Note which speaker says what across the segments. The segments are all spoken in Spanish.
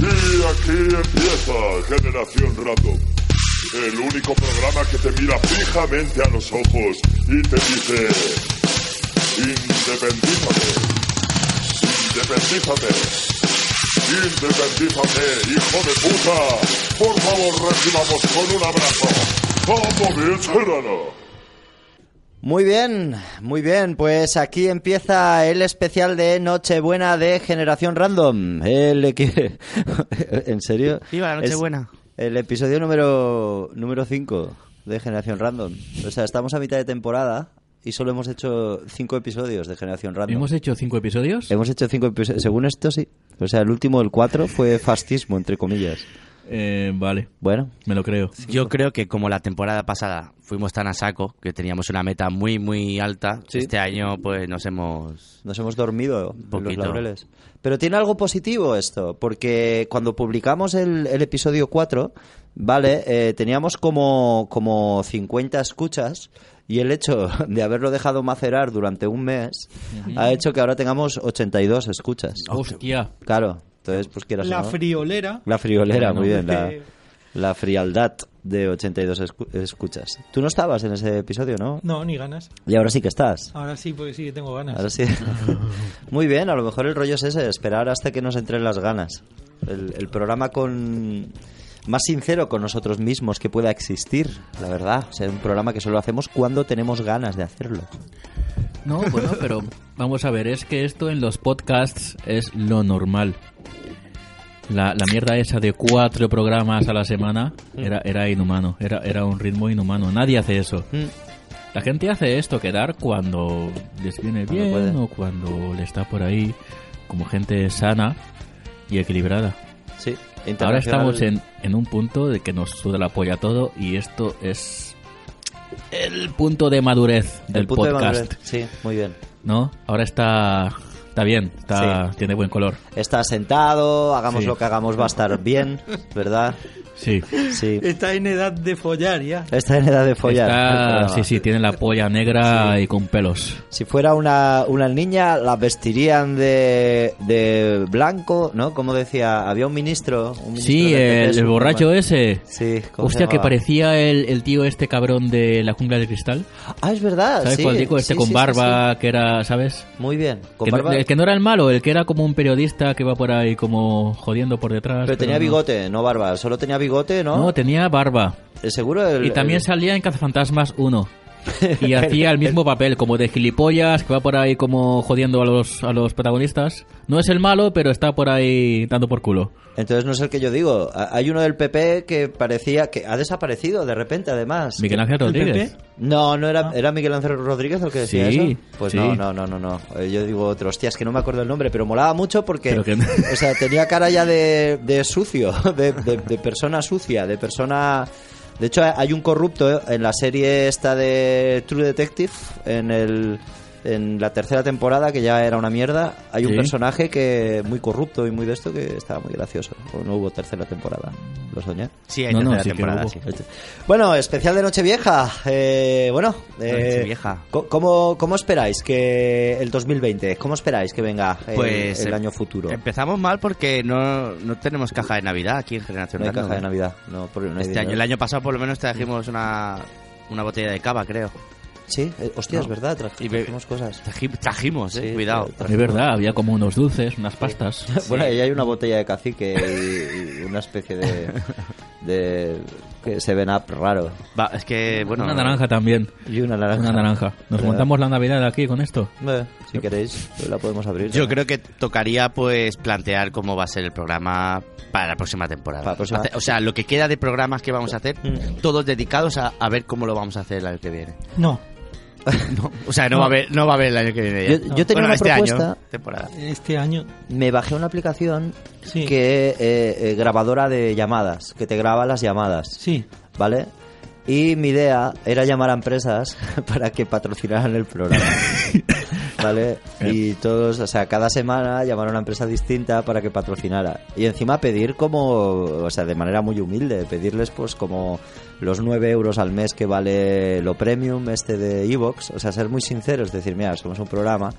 Speaker 1: Aquí empieza Generación Random. El único programa que te mira fijamente a los ojos y te dice: Independízate, independízate, independízate, hijo de puta. Por favor, recibamos con un abrazo. ¡Todo bien, serano!
Speaker 2: Muy bien, muy bien, pues aquí empieza el especial de Nochebuena de Generación Random. El que... ¿En serio?
Speaker 3: Viva la
Speaker 2: Es
Speaker 3: Nochebuena.
Speaker 2: El episodio número número 5 de Generación Random. O sea, estamos a mitad de temporada y solo hemos hecho cinco episodios de Generación Random.
Speaker 4: Hemos hecho cinco episodios.
Speaker 2: Hemos hecho cinco episodios, según esto sí. O sea, el último, el 4, fue fascismo, entre comillas.
Speaker 4: Eh, vale,
Speaker 2: Bueno,
Speaker 4: me lo creo.
Speaker 5: Yo creo que como la temporada pasada fuimos tan a saco, que teníamos una meta muy, muy alta,
Speaker 2: Sí.
Speaker 5: este año pues nos hemos...
Speaker 2: Nos hemos dormido en los
Speaker 5: Poquito.
Speaker 2: laureles. Pero tiene algo positivo esto, porque cuando publicamos el, el episodio 4, vale, eh, teníamos como, como 50 escuchas y el hecho de haberlo dejado macerar durante un mes ha hecho que ahora tengamos 82 escuchas.
Speaker 4: Oh. Hostia.
Speaker 2: Claro, entonces pues quieras o
Speaker 3: La
Speaker 2: no.
Speaker 3: friolera.
Speaker 2: La friolera, muy bien, la,
Speaker 3: Eh.
Speaker 2: la frialdad de 82 escu- escuchas. Tú no estabas en ese episodio, ¿no?
Speaker 3: No, ni ganas.
Speaker 2: Y ahora sí que estás.
Speaker 3: Ahora sí, porque sí que tengo ganas.
Speaker 2: Ahora sí. Muy bien, a lo mejor el rollo es ese, esperar hasta que nos entren las ganas. El, el programa con más sincero con nosotros mismos que pueda existir, la verdad. O sea, un programa que solo hacemos cuando tenemos ganas de hacerlo.
Speaker 4: No, bueno, pero vamos a ver, es que esto en los podcasts es lo normal. La, la mierda esa de cuatro programas a la semana era, era inhumano, era, era un ritmo inhumano. Nadie hace eso. La gente hace esto, quedar cuando les viene
Speaker 2: Cuando
Speaker 4: bien
Speaker 2: puede.
Speaker 4: o cuando le está por ahí, como gente sana y equilibrada.
Speaker 2: Sí.
Speaker 4: Ahora
Speaker 2: internacional-
Speaker 4: estamos en, en un punto de que nos suda la polla todo y esto es el punto de madurez
Speaker 2: el
Speaker 4: del
Speaker 2: punto de
Speaker 4: podcast,
Speaker 2: madurez. Sí, muy bien.
Speaker 4: ¿no? Ahora está está bien, está tiene buen color.
Speaker 2: Está sentado, hagamos
Speaker 4: Sí.
Speaker 2: lo que hagamos va a estar bien, ¿verdad?
Speaker 4: Sí.
Speaker 2: Sí.
Speaker 3: Está en edad de follar ya.
Speaker 2: Está en edad de follar. Ah. el
Speaker 4: Está,
Speaker 2: programa.
Speaker 4: sí, sí, tiene la polla negra y con pelos.
Speaker 2: Si fuera una, una niña, la vestirían de, de blanco, ¿no? Como decía, había un ministro. un ministro del
Speaker 4: Sí,
Speaker 2: PP,
Speaker 4: el, el
Speaker 2: supongo.
Speaker 4: borracho ese.
Speaker 2: Sí, ¿cómo se
Speaker 4: Hostia, que
Speaker 2: llamaba?
Speaker 4: parecía el, el tío este cabrón de la jungla de cristal.
Speaker 2: Ah, es verdad.
Speaker 4: ¿Sabes
Speaker 2: sí,
Speaker 4: cuál digo? Este
Speaker 2: sí,
Speaker 4: con
Speaker 2: sí, sí,
Speaker 4: barba, que era, ¿sabes?
Speaker 2: sí. Muy bien, con
Speaker 4: Que no-
Speaker 2: barba.
Speaker 4: el que no era el malo, el que era como un periodista que va por ahí como jodiendo por detrás.
Speaker 2: Pero tenía
Speaker 4: no.
Speaker 2: bigote, no barba. Solo tenía bigote, ¿no?
Speaker 4: ¿no? tenía barba.
Speaker 2: Eh, Seguro el-
Speaker 4: Y también
Speaker 2: el-
Speaker 4: salía en Cazafantasmas 1. Y hacía el mismo papel, como de gilipollas, que va por ahí como jodiendo a los, a los protagonistas. No es el malo, pero está por ahí dando por culo.
Speaker 2: Entonces no es el que yo digo. Ha- Hay uno del PP que parecía que ha desaparecido de repente, además.
Speaker 4: Miguel Ángel Rodríguez.
Speaker 3: PP?
Speaker 2: No, no era, era Miguel Ángel Rodríguez el que decía
Speaker 4: Ah. Sí,
Speaker 2: eso. Pues
Speaker 4: sí.
Speaker 2: no, no, no, no, no. Eh, Yo digo otro, hostias, que no me acuerdo el nombre, pero molaba mucho porque,
Speaker 4: Pero que-
Speaker 2: o sea, tenía cara ya de, de sucio, de, de- de persona sucia, de persona. De hecho, hay un corrupto eh, en la serie esta de True Detective, en el en la tercera temporada que ya era una mierda. Hay un
Speaker 4: Sí.
Speaker 2: personaje que muy corrupto y muy de esto que estaba muy gracioso. O No hubo tercera temporada. Lo soñé.
Speaker 5: Sí, hay
Speaker 4: No, no,
Speaker 5: tercera
Speaker 4: sí que
Speaker 5: temporada,
Speaker 4: hubo.
Speaker 5: sí.
Speaker 2: Bueno, especial de Nochevieja. Eh, bueno, eh,
Speaker 5: Nochevieja.
Speaker 2: co- ¿cómo, ¿cómo esperáis que el 2020, cómo esperáis que venga el,
Speaker 5: Pues
Speaker 2: el
Speaker 5: em-
Speaker 2: año futuro?
Speaker 5: Empezamos mal porque no, no tenemos caja de Navidad aquí en Generación
Speaker 2: No hay
Speaker 5: Random,
Speaker 2: caja de
Speaker 5: ¿eh?
Speaker 2: Navidad. No, porque no hay
Speaker 5: Este
Speaker 2: dinero.
Speaker 5: año, el año pasado por lo menos trajimos una, una botella de cava, creo.
Speaker 2: Sí, eh, hostia, es verdad, tra-
Speaker 5: Y be-
Speaker 2: trajimos cosas.
Speaker 5: Traji- trajimos, eh,
Speaker 2: Sí,
Speaker 5: cuidado.
Speaker 2: tra-
Speaker 4: Es verdad, había como unos dulces, unas pastas.
Speaker 2: Bueno, ahí hay una botella de cacique y, y una especie de... de que se ven up raro.
Speaker 5: Va, es que, bueno...
Speaker 4: Una naranja también.
Speaker 2: Y una naranja.
Speaker 4: Una naranja. Nos
Speaker 2: ¿Verdad?
Speaker 4: montamos la Navidad aquí con esto.
Speaker 2: Eh, si queréis, la podemos abrir.
Speaker 5: Yo
Speaker 2: también.
Speaker 5: creo que tocaría pues plantear cómo va a ser el programa para la próxima temporada.
Speaker 2: Para la próxima.
Speaker 5: Hace- O sea, lo que queda de programas que vamos a hacer,
Speaker 2: Mm.
Speaker 5: todos dedicados a, a ver cómo lo vamos a hacer el año que viene.
Speaker 3: No.
Speaker 5: O sea, no, va a haber, no va a haber el año que viene. ya.
Speaker 2: Yo- yo tenía
Speaker 5: Bueno,
Speaker 2: una
Speaker 5: este
Speaker 2: propuesta.
Speaker 5: Año, temporada.
Speaker 3: Este año.
Speaker 2: me bajé una aplicación
Speaker 3: Sí.
Speaker 2: que eh, eh, grabadora de llamadas, que te graba las llamadas,
Speaker 3: Sí.
Speaker 2: ¿vale? Y mi idea era llamar a empresas para que patrocinaran el programa. ¿Vale?
Speaker 3: Eh.
Speaker 2: Y todos, o sea, cada semana llamar a una empresa distinta para que patrocinara. Y encima pedir como, o sea, de manera muy humilde, pedirles pues como los 9 euros al mes que vale lo premium este de Evox. O sea, ser muy sinceros, decir, mira, somos un programa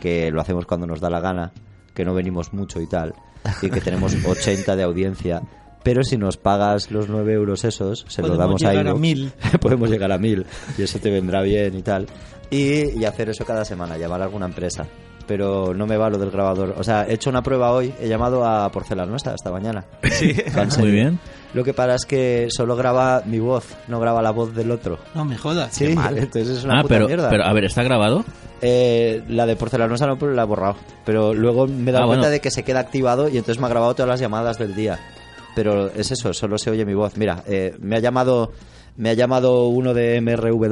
Speaker 2: que lo hacemos cuando nos da la gana, que no venimos mucho y tal. y que tenemos 80 de audiencia. Pero si nos pagas los 9 euros esos, se los
Speaker 3: Podemos
Speaker 2: damos a
Speaker 3: llegar a
Speaker 2: iVoox.
Speaker 3: mil.
Speaker 2: Podemos llegar a 1000 y eso te vendrá bien y tal. Y, y hacer eso cada semana, llamar a alguna empresa. Pero no me va lo del grabador. O sea, he hecho una prueba hoy, he llamado a Porcelanosa Nuestra esta mañana. Sí,
Speaker 4: Muy bien.
Speaker 2: Lo que pasa es que solo graba mi voz, no graba la voz del otro.
Speaker 3: No me jodas.
Speaker 2: Sí, entonces es una
Speaker 4: Ah,
Speaker 2: puta
Speaker 4: pero,
Speaker 2: mierda.
Speaker 4: pero a ver, ¿está grabado?
Speaker 2: Eh, la de porcelanosa no, pero la he borrado. Pero luego me he dado
Speaker 4: Ah,
Speaker 2: cuenta
Speaker 4: bueno.
Speaker 2: de que se queda activado y entonces me ha grabado todas las llamadas del día. Pero es eso, solo se oye mi voz. Mira, eh, me ha llamado me ha llamado uno de MRW.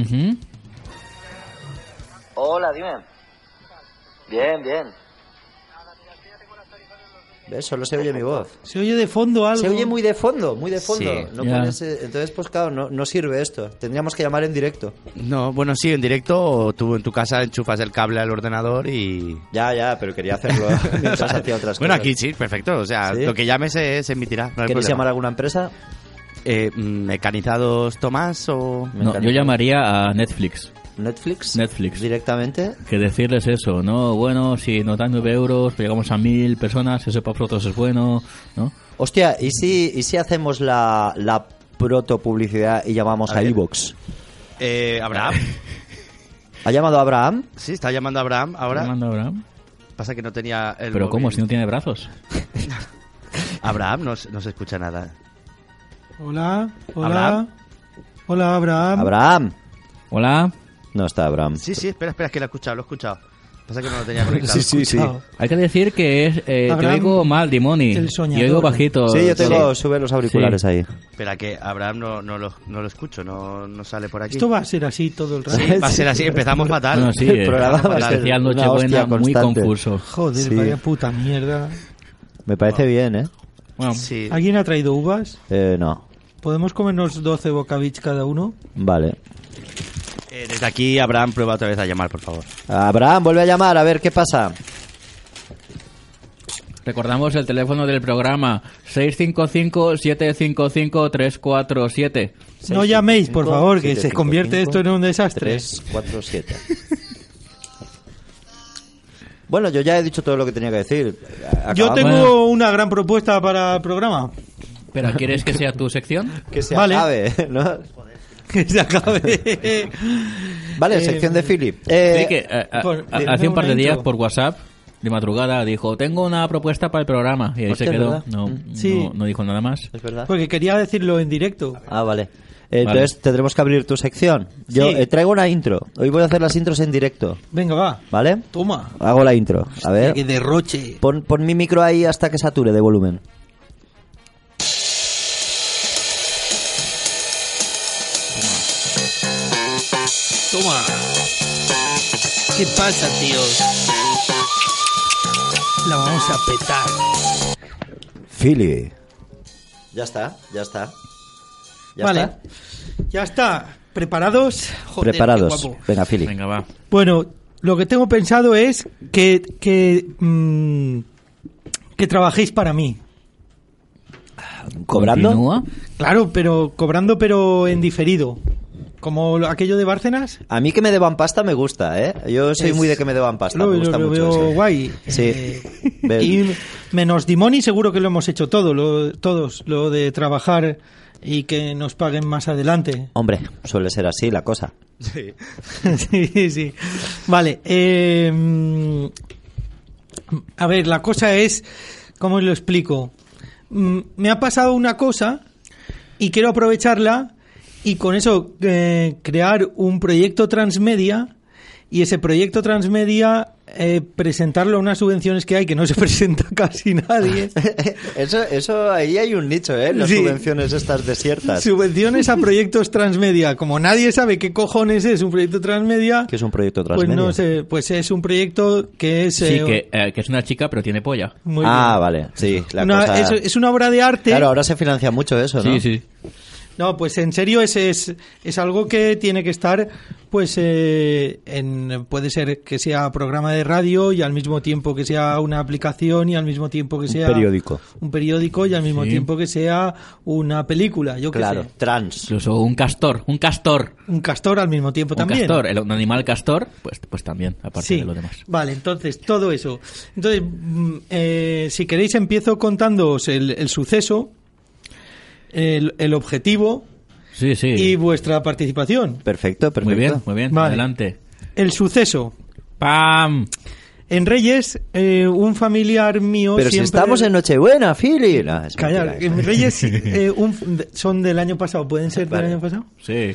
Speaker 4: Ujú.
Speaker 2: Hola, dime. Bien, bien. ¿Ves? Solo se oye mi voz.
Speaker 3: Se oye de fondo algo.
Speaker 2: Se oye muy de fondo, muy de fondo.
Speaker 5: Sí.
Speaker 2: No
Speaker 4: Ya.
Speaker 2: pones, eh, entonces, pues claro, no, no sirve esto. Tendríamos que llamar en directo.
Speaker 5: No, bueno, sí, en directo o tú en tu casa enchufas el cable al ordenador y...
Speaker 2: Ya, ya, pero quería hacerlo mientras hacía otras
Speaker 5: Bueno,
Speaker 2: cosas.
Speaker 5: aquí sí, perfecto. O sea,
Speaker 2: ¿Sí?
Speaker 5: lo que llames se, se emitirá. No hay
Speaker 2: ¿Queréis
Speaker 5: problema.
Speaker 2: llamar a alguna empresa?
Speaker 5: Eh, mm, ¿Mecanizados Tomás o...?
Speaker 2: Me
Speaker 4: No,
Speaker 2: encanta.
Speaker 4: yo llamaría a Netflix.
Speaker 2: ¿Netflix?
Speaker 4: Netflix.
Speaker 2: Directamente.
Speaker 4: Que decirles eso, ¿no? Bueno, si nos dan 9 euros, pues llegamos a mil personas, eso para vosotros es bueno, ¿no?
Speaker 2: Hostia, ¿y si, y si hacemos la, la protopublicidad y llamamos a, Evox?
Speaker 5: Eh, ¿Abraham?
Speaker 2: ¿Ha llamado Abraham?
Speaker 5: sí, está llamando a Abraham ahora.
Speaker 4: Fernando Abraham.
Speaker 5: Pasa que no tenía el
Speaker 4: Pero ¿cómo?
Speaker 5: móvil.
Speaker 4: Si no tiene brazos.
Speaker 5: Abraham no, se- no se escucha nada.
Speaker 3: Hola, hola.
Speaker 5: Abraham.
Speaker 3: Hola, Abraham.
Speaker 2: Abraham.
Speaker 4: Hola,
Speaker 2: No está Abraham.
Speaker 5: Sí, sí, espera, espera, es que lo he escuchado, lo he escuchado. Pasa que no lo tenía conectado.
Speaker 3: Chao.
Speaker 4: hay que decir que es, eh, te
Speaker 3: Abraham,
Speaker 4: oigo mal, Dimoni.
Speaker 3: el
Speaker 4: Y
Speaker 3: soñador.
Speaker 4: oigo bajito.
Speaker 2: Sí, yo tengo.
Speaker 4: Oh, Sí.
Speaker 2: Sube los auriculares
Speaker 4: Sí.
Speaker 2: ahí.
Speaker 5: Espera, que Abraham no, no, lo, no lo escucho, no, no sale por aquí.
Speaker 3: Esto va a ser así todo el rato.
Speaker 5: Sí, va a ser así, empezamos fatal.
Speaker 4: Bueno, sí,
Speaker 2: El
Speaker 4: eh,
Speaker 2: programa va a ser
Speaker 4: especial
Speaker 2: una
Speaker 4: Nochebuena,
Speaker 2: hostia
Speaker 4: muy
Speaker 2: constante.
Speaker 4: confuso.
Speaker 3: Joder,
Speaker 2: Sí.
Speaker 3: vaya puta mierda.
Speaker 2: Me parece
Speaker 4: Ah.
Speaker 2: bien, ¿eh?
Speaker 4: Bueno,
Speaker 5: Sí.
Speaker 3: ¿Alguien ha traído uvas?
Speaker 2: Eh, no.
Speaker 3: ¿Podemos comernos 12 bocavich cada uno?
Speaker 2: Vale.
Speaker 5: Eh, desde aquí, Abraham, prueba otra vez a llamar, por favor.
Speaker 2: Abraham, vuelve a llamar, a ver qué pasa.
Speaker 4: recordamos el teléfono del programa 655-755-347.
Speaker 3: no
Speaker 2: Seis,
Speaker 3: llaméis,
Speaker 2: cinco,
Speaker 3: por favor,
Speaker 2: siete,
Speaker 3: que se
Speaker 2: cinco,
Speaker 3: convierte
Speaker 2: cinco,
Speaker 3: esto en un desastre.
Speaker 2: 3, 4, 7. Bueno, yo ya he dicho todo lo que tenía que decir.
Speaker 3: Yo
Speaker 2: Acabamos.
Speaker 3: tengo una gran propuesta para el programa.
Speaker 4: Espera, ¿quieres que sea tu sección?
Speaker 2: Que se
Speaker 3: Vale.
Speaker 2: acabe, ¿no?
Speaker 3: Que se acabe.
Speaker 2: Vale,
Speaker 3: Eh,
Speaker 2: sección de Philip. Eh,
Speaker 4: Sí, que eh, a-
Speaker 3: por-
Speaker 4: a-
Speaker 3: dime
Speaker 4: hace un par de
Speaker 3: una
Speaker 4: días
Speaker 3: intro.
Speaker 4: por WhatsApp, de madrugada, dijo, tengo una propuesta para el programa. Y ahí
Speaker 2: Hostia,
Speaker 4: se quedó.
Speaker 2: ¿verdad? Mm.
Speaker 4: No,
Speaker 3: Sí.
Speaker 4: no, no dijo nada más.
Speaker 2: Es verdad.
Speaker 3: Porque quería decirlo en directo.
Speaker 2: Ah, vale. Eh, Entonces tendremos que abrir tu sección. Yo
Speaker 3: Sí.
Speaker 2: eh, traigo una intro. Hoy voy a hacer las intros en directo,
Speaker 3: Venga, va.
Speaker 2: ¿vale?
Speaker 3: Toma.
Speaker 2: Hago la intro. A ver.
Speaker 3: Que derroche.
Speaker 2: Pon, pon mi micro ahí hasta que sature de volumen.
Speaker 3: Toma. ¿Qué pasa, tíos? La vamos a petar.
Speaker 2: Philip. Ya está, ya está. Ya
Speaker 3: vale.
Speaker 2: está.
Speaker 3: Ya está. ¿Preparados? Joder, qué
Speaker 2: Preparados.
Speaker 3: guapo.
Speaker 2: Venga, Philip.
Speaker 4: Venga, va.
Speaker 3: Bueno, lo que tengo pensado es que, que, mm, que trabajéis para mí.
Speaker 2: ¿Cobrando?
Speaker 4: Continúa.
Speaker 3: Claro, pero cobrando, pero en diferido. Como lo- aquello de Bárcenas.
Speaker 2: A mí que me deban pasta me gusta, ¿eh? Yo soy
Speaker 3: Es-
Speaker 2: muy de que me deban pasta.
Speaker 3: Lo,
Speaker 2: me gusta
Speaker 3: lo- lo
Speaker 2: mucho
Speaker 3: veo
Speaker 2: eso.
Speaker 3: guay.
Speaker 2: Sí.
Speaker 3: Eh,
Speaker 2: Ve-
Speaker 3: y menos Dimoni, seguro que lo hemos hecho todo, lo, todos, lo de trabajar y que nos paguen más adelante.
Speaker 2: Hombre, suele ser así la cosa.
Speaker 3: sí, sí. Vale. eh, mm, a ver, la cosa es, ¿cómo os lo explico? Mm, me ha pasado una cosa y quiero aprovecharla y con eso eh, crear un proyecto transmedia y ese proyecto transmedia eh, presentarlo a unas subvenciones que hay que no se presenta casi nadie.
Speaker 2: Eso, eso ahí hay un nicho, ¿eh? Las
Speaker 3: Sí.
Speaker 2: subvenciones estas desiertas.
Speaker 3: Subvenciones a proyectos transmedia. Como nadie sabe qué cojones es un proyecto transmedia,
Speaker 2: Que es un proyecto
Speaker 3: Pues
Speaker 2: transmedia.
Speaker 3: no sé, pues es un proyecto que es...
Speaker 4: Sí,
Speaker 3: eh,
Speaker 4: que, eh, que es una chica, pero tiene polla.
Speaker 3: muy
Speaker 2: ah,
Speaker 3: bien.
Speaker 2: vale, sí, la
Speaker 3: Una-
Speaker 2: cosa...
Speaker 3: es, es una obra de arte,
Speaker 2: Claro, ahora se financia mucho eso, ¿no?
Speaker 4: Sí, sí.
Speaker 3: No, pues en serio es, es, es algo que tiene que estar, pues eh, en, puede ser que sea programa de radio y al mismo tiempo que sea una aplicación y al mismo tiempo que sea...
Speaker 2: periódico.
Speaker 3: Un periódico y al mismo
Speaker 4: Sí.
Speaker 3: tiempo que sea una película, yo qué
Speaker 2: Claro,
Speaker 3: sé.
Speaker 2: trans.
Speaker 4: Incluso un castor, un castor.
Speaker 3: Un castor al mismo tiempo
Speaker 4: Un
Speaker 3: también.
Speaker 4: castor, el- un animal castor, pues, pues también, aparte
Speaker 3: Sí.
Speaker 4: de lo demás.
Speaker 3: Vale, entonces todo eso. Entonces, mm, eh, si queréis, empiezo contándoos el, el suceso, el, el objetivo
Speaker 4: Sí, sí.
Speaker 3: y vuestra participación.
Speaker 2: Perfecto, perfecto.
Speaker 4: Muy bien, muy bien.
Speaker 3: Vale.
Speaker 4: Adelante.
Speaker 3: El suceso.
Speaker 4: ¡Pam!
Speaker 3: En Reyes, eh, un familiar mío.
Speaker 2: Pero si
Speaker 3: siempre-
Speaker 2: estamos en Nochebuena, Philly. No, es
Speaker 3: Callar,
Speaker 2: mentira,
Speaker 3: en
Speaker 2: es-
Speaker 3: Reyes eh, un- son del año pasado, ¿pueden ser
Speaker 2: Vale.
Speaker 3: del año pasado?
Speaker 4: Sí.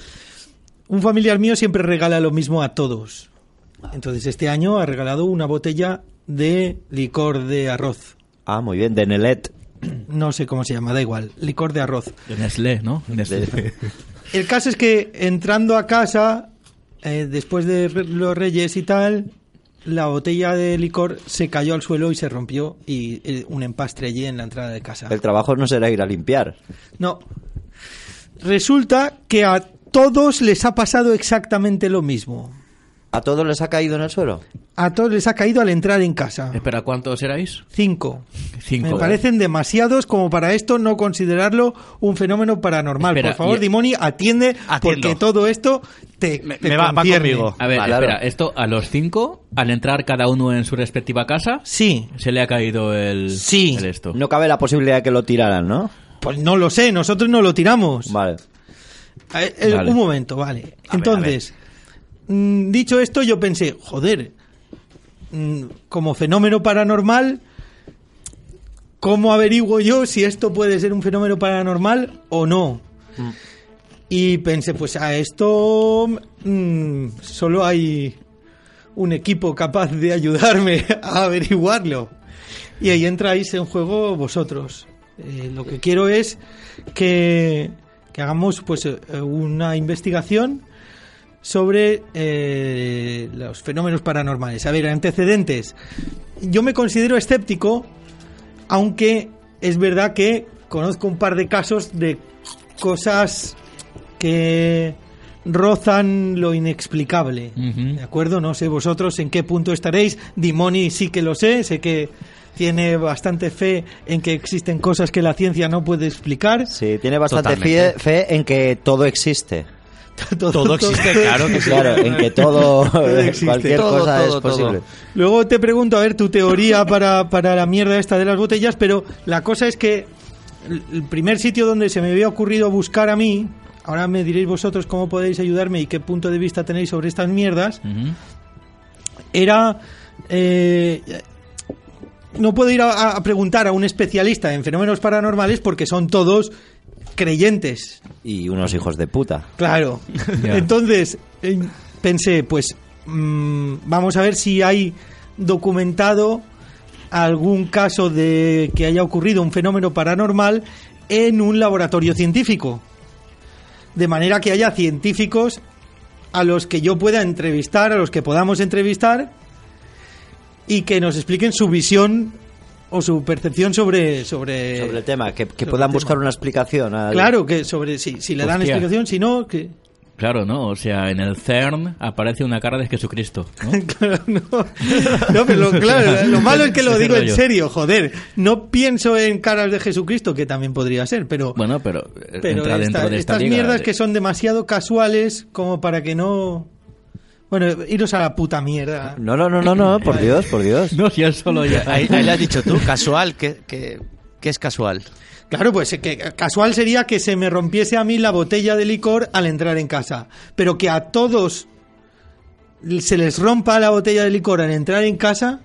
Speaker 3: Un familiar mío siempre regala lo mismo a todos. Entonces, este año ha regalado una botella de licor de arroz.
Speaker 2: Ah, muy bien, de Nelet.
Speaker 3: No sé cómo se llama, da igual. Licor de arroz.
Speaker 4: De Nestlé, ¿no? Nestlé.
Speaker 2: De-
Speaker 3: El caso es que entrando a casa, eh, después de re- los reyes y tal, la botella de licor se cayó al suelo y se rompió y eh, un empastre allí en la entrada de casa.
Speaker 2: El trabajo no será ir a limpiar.
Speaker 3: No. Resulta que a todos les ha pasado exactamente lo mismo.
Speaker 2: ¿A todos les ha caído en el suelo?
Speaker 3: A todos les ha caído al entrar en casa.
Speaker 4: Espera, ¿cuántos erais?
Speaker 3: Cinco.
Speaker 4: Cinco.
Speaker 3: Me parecen demasiados como para esto no considerarlo un fenómeno paranormal.
Speaker 4: Espera,
Speaker 3: Por favor,
Speaker 4: y-
Speaker 3: Dimoni, atiende
Speaker 5: Atiendo.
Speaker 3: porque todo esto te,
Speaker 5: Me-
Speaker 3: te
Speaker 5: me va- va
Speaker 3: concierne.
Speaker 5: conmigo.
Speaker 4: A ver,
Speaker 2: Vale,
Speaker 4: espera,
Speaker 2: claro.
Speaker 4: esto a los cinco, al entrar cada uno en su respectiva casa,
Speaker 3: Sí,
Speaker 4: se le ha caído el,
Speaker 3: Sí.
Speaker 4: el esto.
Speaker 2: No cabe la posibilidad de que lo tiraran, ¿no?
Speaker 3: pues no lo sé, nosotros no lo tiramos.
Speaker 2: Vale.
Speaker 3: Eh, eh,
Speaker 4: Vale.
Speaker 3: Un momento, vale.
Speaker 5: a
Speaker 3: Entonces, mm, dicho esto, yo pensé, joder, mm, como fenómeno paranormal, ¿cómo averiguo yo si esto puede ser un fenómeno paranormal o no?
Speaker 5: Mm.
Speaker 3: Y pensé, pues a esto mm, solo hay un equipo capaz de ayudarme a averiguarlo. Y ahí entráis en juego vosotros. Eh, lo que quiero es que, que hagamos pues eh, una investigación sobre eh, los fenómenos paranormales. A ver, antecedentes. Yo me considero escéptico, aunque es verdad que conozco un par de casos de cosas que rozan lo inexplicable.
Speaker 4: Ujú.
Speaker 3: ¿De acuerdo? No sé vosotros en qué punto estaréis. Dimoni sí que lo sé, sé que tiene bastante fe en que existen cosas que la ciencia no puede explicar.
Speaker 2: Sí, tiene bastante
Speaker 5: Totalmente.
Speaker 2: fie- fe en que todo existe.
Speaker 3: Todo,
Speaker 5: existe, claro que sí.
Speaker 2: Claro, en que todo,
Speaker 3: Todo existe.
Speaker 2: cualquier
Speaker 5: Todo,
Speaker 2: cosa
Speaker 5: todo,
Speaker 2: es posible.
Speaker 5: todo.
Speaker 3: Luego te pregunto, a ver, tu teoría para, para la mierda esta de las botellas, pero la cosa es que el el primer sitio donde se me había ocurrido buscar a mí, ahora me diréis vosotros cómo podéis ayudarme y qué punto de vista tenéis sobre estas mierdas,
Speaker 4: Ujú.
Speaker 3: era... eh, no puedo ir a, a preguntar a un especialista en fenómenos paranormales porque son todos creyentes.
Speaker 2: Y unos hijos de puta.
Speaker 3: Claro.
Speaker 4: Ya.
Speaker 3: Entonces, eh, pensé, pues mm, vamos a ver si hay documentado algún caso de que haya ocurrido un fenómeno paranormal en un laboratorio científico. De manera que haya científicos a los que yo pueda entrevistar, a los que podamos entrevistar y que nos expliquen su visión o su percepción sobre sobre,
Speaker 2: Sobre el tema, que, que
Speaker 3: sobre
Speaker 2: puedan
Speaker 3: el
Speaker 2: buscar
Speaker 3: tema.
Speaker 2: una explicación. al-
Speaker 3: Claro, que sobre si, si le dan
Speaker 4: Hostia.
Speaker 3: explicación, si no, que
Speaker 4: Claro, ¿no? O sea, en el CERN aparece una cara de Jesucristo, ¿no?
Speaker 3: Claro, no. No, pero lo, claro, lo malo es que lo
Speaker 4: Ese
Speaker 3: digo en
Speaker 4: rollo.
Speaker 3: serio, joder. No pienso en caras de Jesucristo, que también podría ser, pero,
Speaker 4: Bueno, pero, eh,
Speaker 3: pero
Speaker 4: entra
Speaker 3: esta-
Speaker 4: dentro de esta
Speaker 3: estas
Speaker 4: liga. eh.
Speaker 3: mierdas que son demasiado casuales como para que no... Bueno, iros a la puta mierda.
Speaker 2: No, no, no, no, no, por Dios, por Dios.
Speaker 4: No, si es solo ya.
Speaker 5: Ahí, ahí lo has dicho tú, casual, ¿qué, qué, qué es casual?
Speaker 3: Claro, pues que casual sería que se me rompiese a mí la botella de licor al entrar en casa, pero que a todos se les rompa la botella de licor al entrar en casa,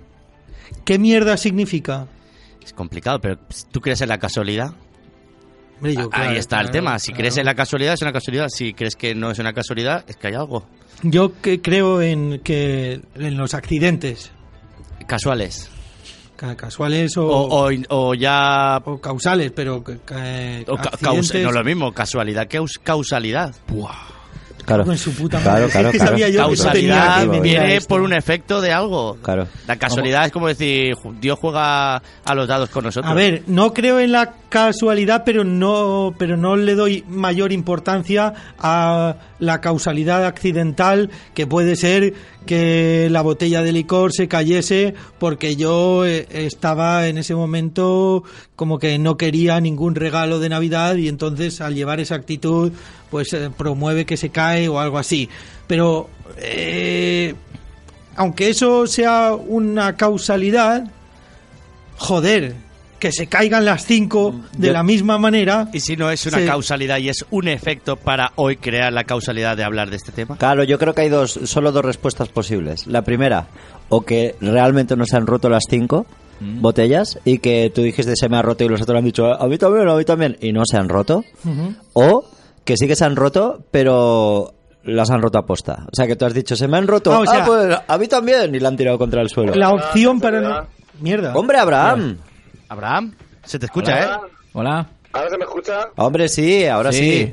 Speaker 3: ¿qué mierda significa?
Speaker 5: Es complicado, pero pues, ¿tú crees en la casualidad?
Speaker 3: Hombre, yo, claro,
Speaker 5: ahí está el
Speaker 3: claro,
Speaker 5: tema. Si
Speaker 3: claro.
Speaker 5: crees en la casualidad, es una casualidad. Si crees que no es una casualidad, es que hay algo.
Speaker 3: Yo que creo en que en los accidentes
Speaker 5: Casuales.
Speaker 3: ca- casuales o,
Speaker 5: O, o, o ya...
Speaker 3: o causales, pero que- que-
Speaker 5: o ca- caus-
Speaker 3: accidentes-
Speaker 5: no es lo mismo, casualidad que aus- causalidad.
Speaker 2: Claro.
Speaker 3: Con su puta
Speaker 2: Claro,
Speaker 3: madre.
Speaker 2: claro,
Speaker 3: Es que
Speaker 2: claro.
Speaker 3: sabía yo que no tenía
Speaker 5: Causalidad
Speaker 3: que venir a
Speaker 5: viene
Speaker 3: esto.
Speaker 5: por un efecto de algo.
Speaker 2: Claro.
Speaker 5: La casualidad es como decir, ju- Dios juega a los dados con nosotros.
Speaker 3: A ver, no creo en la casualidad, pero no, pero no le doy mayor importancia a la causalidad accidental que puede ser que la botella de licor se cayese porque yo eh, estaba en ese momento como que no quería ningún regalo de Navidad y entonces al llevar esa actitud pues eh, promueve que se cae o algo así. Pero eh, aunque eso sea una causalidad, joder, que se caigan las cinco de
Speaker 2: Yo-
Speaker 3: la misma manera.
Speaker 5: Y si no es una
Speaker 3: Sí.
Speaker 5: causalidad y es un efecto para hoy crear la causalidad de hablar de este tema.
Speaker 2: Claro, yo creo que hay dos, solo dos respuestas posibles. La primera, o que realmente nos han roto las cinco botellas y que tú dijiste se me ha roto y los otros han dicho a mí también, a mí también y no se han roto. O que sí que se han roto, pero las han roto a posta. O sea, que tú has dicho se me han roto,
Speaker 3: Ah, o
Speaker 2: "Ah,
Speaker 3: sea-
Speaker 2: pues a mí también y la han tirado contra el suelo.
Speaker 3: La opción para... no- Mierda.
Speaker 2: Hombre, Abraham.
Speaker 5: Abraham, se te escucha, ¿eh?
Speaker 4: Hola.
Speaker 6: Ah, Ahora se me escucha.
Speaker 2: Hombre, sí, ahora sí.
Speaker 4: Sí.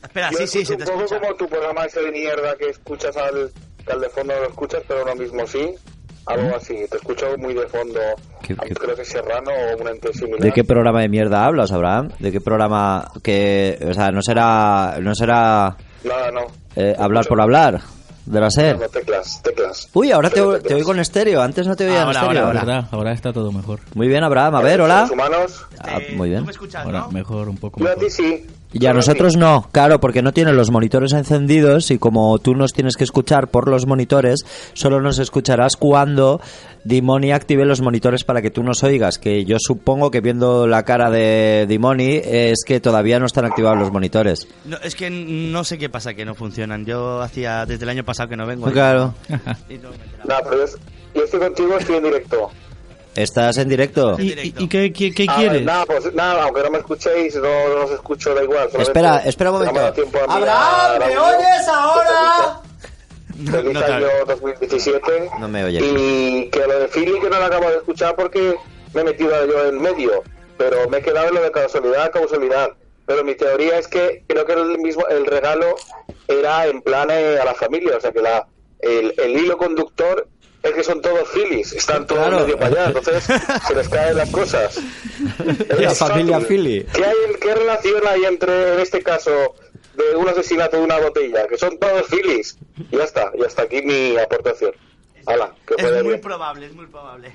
Speaker 2: Ah,
Speaker 5: Espera,
Speaker 6: Yo
Speaker 5: sí, sí,
Speaker 6: escucho
Speaker 5: se te
Speaker 6: un poco
Speaker 5: escucha.
Speaker 6: como tu programa ese de mierda que escuchas al, que al de fondo no lo escuchas, pero lo mismo sí. Algo así. Te escucho muy de fondo.
Speaker 2: ¿Mm? ¿Qué- qué-
Speaker 6: Creo que Serrano o un ente similar.
Speaker 2: ¿De qué programa de mierda hablas, Abraham? ¿De qué programa que, o sea, no será, no será
Speaker 6: Nada, no.
Speaker 2: eh, hablar por hablar de la SER?
Speaker 6: No, teclas, teclas.
Speaker 2: Uy, ahora te,
Speaker 6: Solo
Speaker 2: te
Speaker 6: teclas.
Speaker 2: oigo en estéreo. Antes no te oía
Speaker 5: Ahora,
Speaker 2: en estéreo.
Speaker 5: Hola.
Speaker 4: ¿Verdad? Ahora está todo mejor.
Speaker 2: Muy bien, Abraham. A ver, hola.
Speaker 6: Los humanos.
Speaker 2: Ah, muy
Speaker 5: ¿Tú
Speaker 2: bien.
Speaker 5: me escuchas,
Speaker 4: Ahora
Speaker 5: no?
Speaker 4: mejor, un poco
Speaker 6: Yo a
Speaker 4: mejor.
Speaker 6: ti sí.
Speaker 2: Y a
Speaker 6: Solo ti.
Speaker 2: nosotros no, claro, porque no tienen los monitores encendidos y como tú nos tienes que escuchar por los monitores, solo nos escucharás cuando Dimoni active los monitores para que tú nos oigas, que yo supongo que viendo la cara de Dimoni es que todavía no están activados los monitores.
Speaker 5: No, es que no sé qué pasa que no funcionan. Yo hacía desde el año pasado que no vengo.
Speaker 2: Claro.
Speaker 5: Y no me enteraba.
Speaker 6: Nada, pero yo, yo estoy contigo, estoy en directo.
Speaker 2: ¿Estás en directo?
Speaker 3: ¿Y, y- y qué, qué- qué
Speaker 6: Ah,
Speaker 3: quieres?
Speaker 6: vale, nada, pues nada, aunque no me escuchéis, no, no os escucho, da igual. solamente
Speaker 2: Espera, espera un
Speaker 6: no me da
Speaker 2: momento.
Speaker 6: tiempo a mirar
Speaker 2: Abraham, ¿me
Speaker 6: ahora mismo.
Speaker 2: oyes ahora?
Speaker 6: Feliz
Speaker 5: No, no,
Speaker 6: año
Speaker 5: claro.
Speaker 6: 2017.
Speaker 2: No me oye.
Speaker 6: Y que lo de Philly que no lo acabo de escuchar porque me he metido yo en medio. Pero me he quedado en lo de causalidad, causalidad. Pero mi teoría es que creo que el mismo el regalo era en plan eh, a la familia. O sea que la, el, el hilo conductor es que son todos Phillies. Están todos
Speaker 2: Claro.
Speaker 6: medio para allá. Entonces se les caen las cosas.
Speaker 2: La
Speaker 6: Es
Speaker 2: familia
Speaker 6: fácil.
Speaker 2: Philly.
Speaker 6: ¿Qué, hay- qué relación hay entre, en este caso, de un asesinato de una botella? Que son todos filis. Ya está, y hasta aquí mi aportación. Hala, que fue de
Speaker 5: Es muy
Speaker 6: bien.
Speaker 5: probable, es muy probable.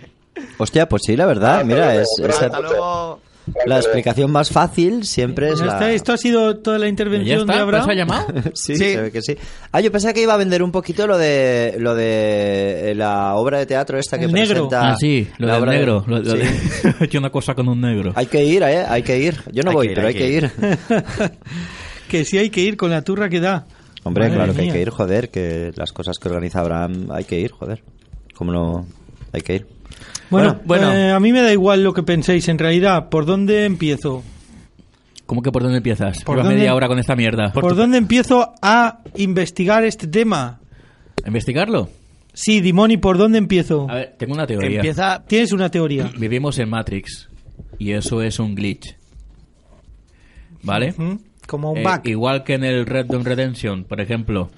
Speaker 2: Hostia, pues sí, la verdad, mira, es, es
Speaker 5: Hasta luego.
Speaker 2: la explicación más fácil siempre es
Speaker 3: Bueno,
Speaker 2: la...
Speaker 3: esta- Pues Esto ha sido toda la
Speaker 4: ¿Ya
Speaker 3: intervención de
Speaker 4: está? ¿Te
Speaker 3: Abraham.
Speaker 4: has llamado?
Speaker 2: Sí,
Speaker 5: Sí.
Speaker 2: se ve que sí. Ah, yo pensaba que iba a vender un poquito lo de lo de eh, la obra de teatro esta que
Speaker 3: El negro.
Speaker 2: presenta.
Speaker 4: Ah, sí, lo
Speaker 2: la
Speaker 4: del
Speaker 2: obra de-
Speaker 4: negro. lo- lo
Speaker 2: Sí.
Speaker 4: de- He hecho una cosa con un negro.
Speaker 2: Hay que ir, eh, hay que ir. Yo no
Speaker 5: Hay
Speaker 2: voy,
Speaker 5: que ir,
Speaker 2: pero hay
Speaker 5: hay
Speaker 2: que
Speaker 5: que
Speaker 2: ir.
Speaker 3: Que sí hay que ir con la turra que da.
Speaker 2: Hombre,
Speaker 3: Madre
Speaker 2: claro que hay
Speaker 3: mía.
Speaker 2: que ir, joder, que las cosas que organiza Abraham hay que ir, joder. Como no hay que ir.
Speaker 3: Bueno,
Speaker 5: Bueno, bueno.
Speaker 3: eh, a mí me da igual lo que penséis. En realidad, ¿por dónde empiezo?
Speaker 4: ¿Cómo que por dónde empiezas?
Speaker 3: ¿Por
Speaker 4: Llevas
Speaker 3: dónde-
Speaker 4: media hora con esta mierda.
Speaker 3: ¿Por, dónde empiezo a investigar este tema?
Speaker 4: ¿A ¿Investigarlo?
Speaker 3: Sí, Dimoni, ¿por dónde empiezo?
Speaker 4: A ver, tengo una teoría.
Speaker 5: Empieza.
Speaker 3: Tienes una teoría.
Speaker 4: Vivimos en Matrix y eso es un glitch. ¿Vale?
Speaker 3: ¿Mm? Como un
Speaker 4: Eh,
Speaker 3: back.
Speaker 4: igual que en el Red Dead Redemption, por ejemplo.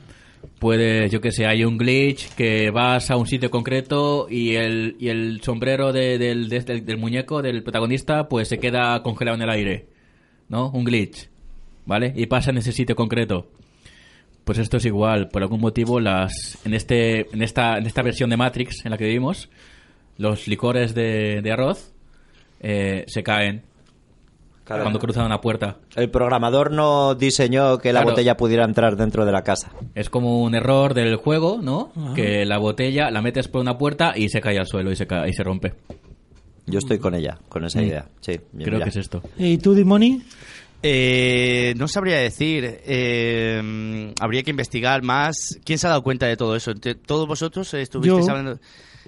Speaker 4: Puedes, yo que sé, hay un glitch que vas a un sitio concreto y el, y el sombrero de- del, de- este, del- del muñeco, del protagonista, pues se queda congelado en el aire. ¿No? Un glitch. ¿Vale? Y pasa en ese sitio concreto. Pues esto es igual. Por algún motivo, las en, este, en, esta, en esta versión de Matrix en la que vivimos, los licores de, de arroz eh, se caen cuando cruzan una puerta.
Speaker 2: El programador no diseñó que la
Speaker 4: Claro.
Speaker 2: botella pudiera entrar dentro de la casa.
Speaker 4: Es como un error del juego, ¿no? Que la botella la metes por una puerta y se cae al suelo y se, ca- y se rompe.
Speaker 2: Yo estoy con ella, con esa
Speaker 4: Mm.
Speaker 2: idea. Sí, bien,
Speaker 4: Creo
Speaker 2: ya.
Speaker 4: que es esto.
Speaker 3: ¿Y tú, Dimoni?
Speaker 5: Eh, no sabría decir. eh, habría que investigar más. ¿Quién se ha dado cuenta de todo eso? Entre- ¿Todos vosotros eh, estuvisteis
Speaker 3: Yo.
Speaker 5: hablando?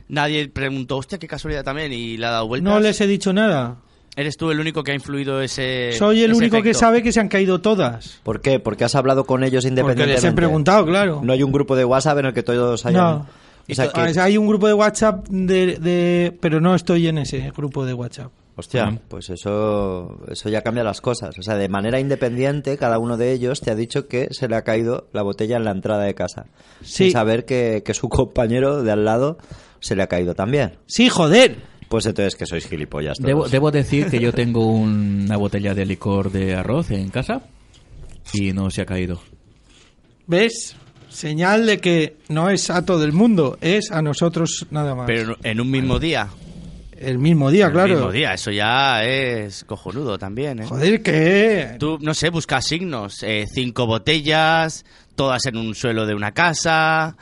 Speaker 5: Nadie preguntó, hostia, qué casualidad también, y le ha dado vueltas.
Speaker 3: No les he dicho nada.
Speaker 5: Eres tú el único que ha influido ese.
Speaker 3: Soy
Speaker 5: Eh,
Speaker 3: el
Speaker 5: ese
Speaker 3: único que
Speaker 5: efecto.
Speaker 3: sabe que se han caído todas.
Speaker 2: ¿Por qué? Porque has hablado con ellos
Speaker 3: Porque
Speaker 2: independientemente.
Speaker 3: les he preguntado, claro.
Speaker 2: No hay un grupo de WhatsApp en el que todos hayan.
Speaker 3: No.
Speaker 2: O sea
Speaker 3: Ah,
Speaker 2: que
Speaker 3: Hay un grupo de WhatsApp, de, de- pero no estoy en ese grupo de WhatsApp.
Speaker 2: Hostia,
Speaker 4: Ah.
Speaker 2: pues eso, eso ya cambia las cosas. O sea, de manera independiente, cada uno de ellos te ha dicho que se le ha caído la botella en la entrada de casa.
Speaker 3: Sí.
Speaker 2: Sin saber que, que su compañero de al lado se le ha caído también.
Speaker 3: Sí, joder.
Speaker 2: Pues entonces que sois gilipollas todos.
Speaker 4: Debo, debo decir que yo tengo un- una botella de licor de arroz en casa y no se ha caído.
Speaker 3: ¿Ves? Señal de que no es a todo el mundo, es a nosotros nada más.
Speaker 5: Pero en un mismo día.
Speaker 3: el mismo día,
Speaker 5: En
Speaker 3: claro.
Speaker 5: El mismo día, eso ya es cojonudo también, ¿eh?
Speaker 3: Joder, que...
Speaker 5: Tú, no sé, buscas signos. eh, cinco botellas, todas en un suelo de una casa.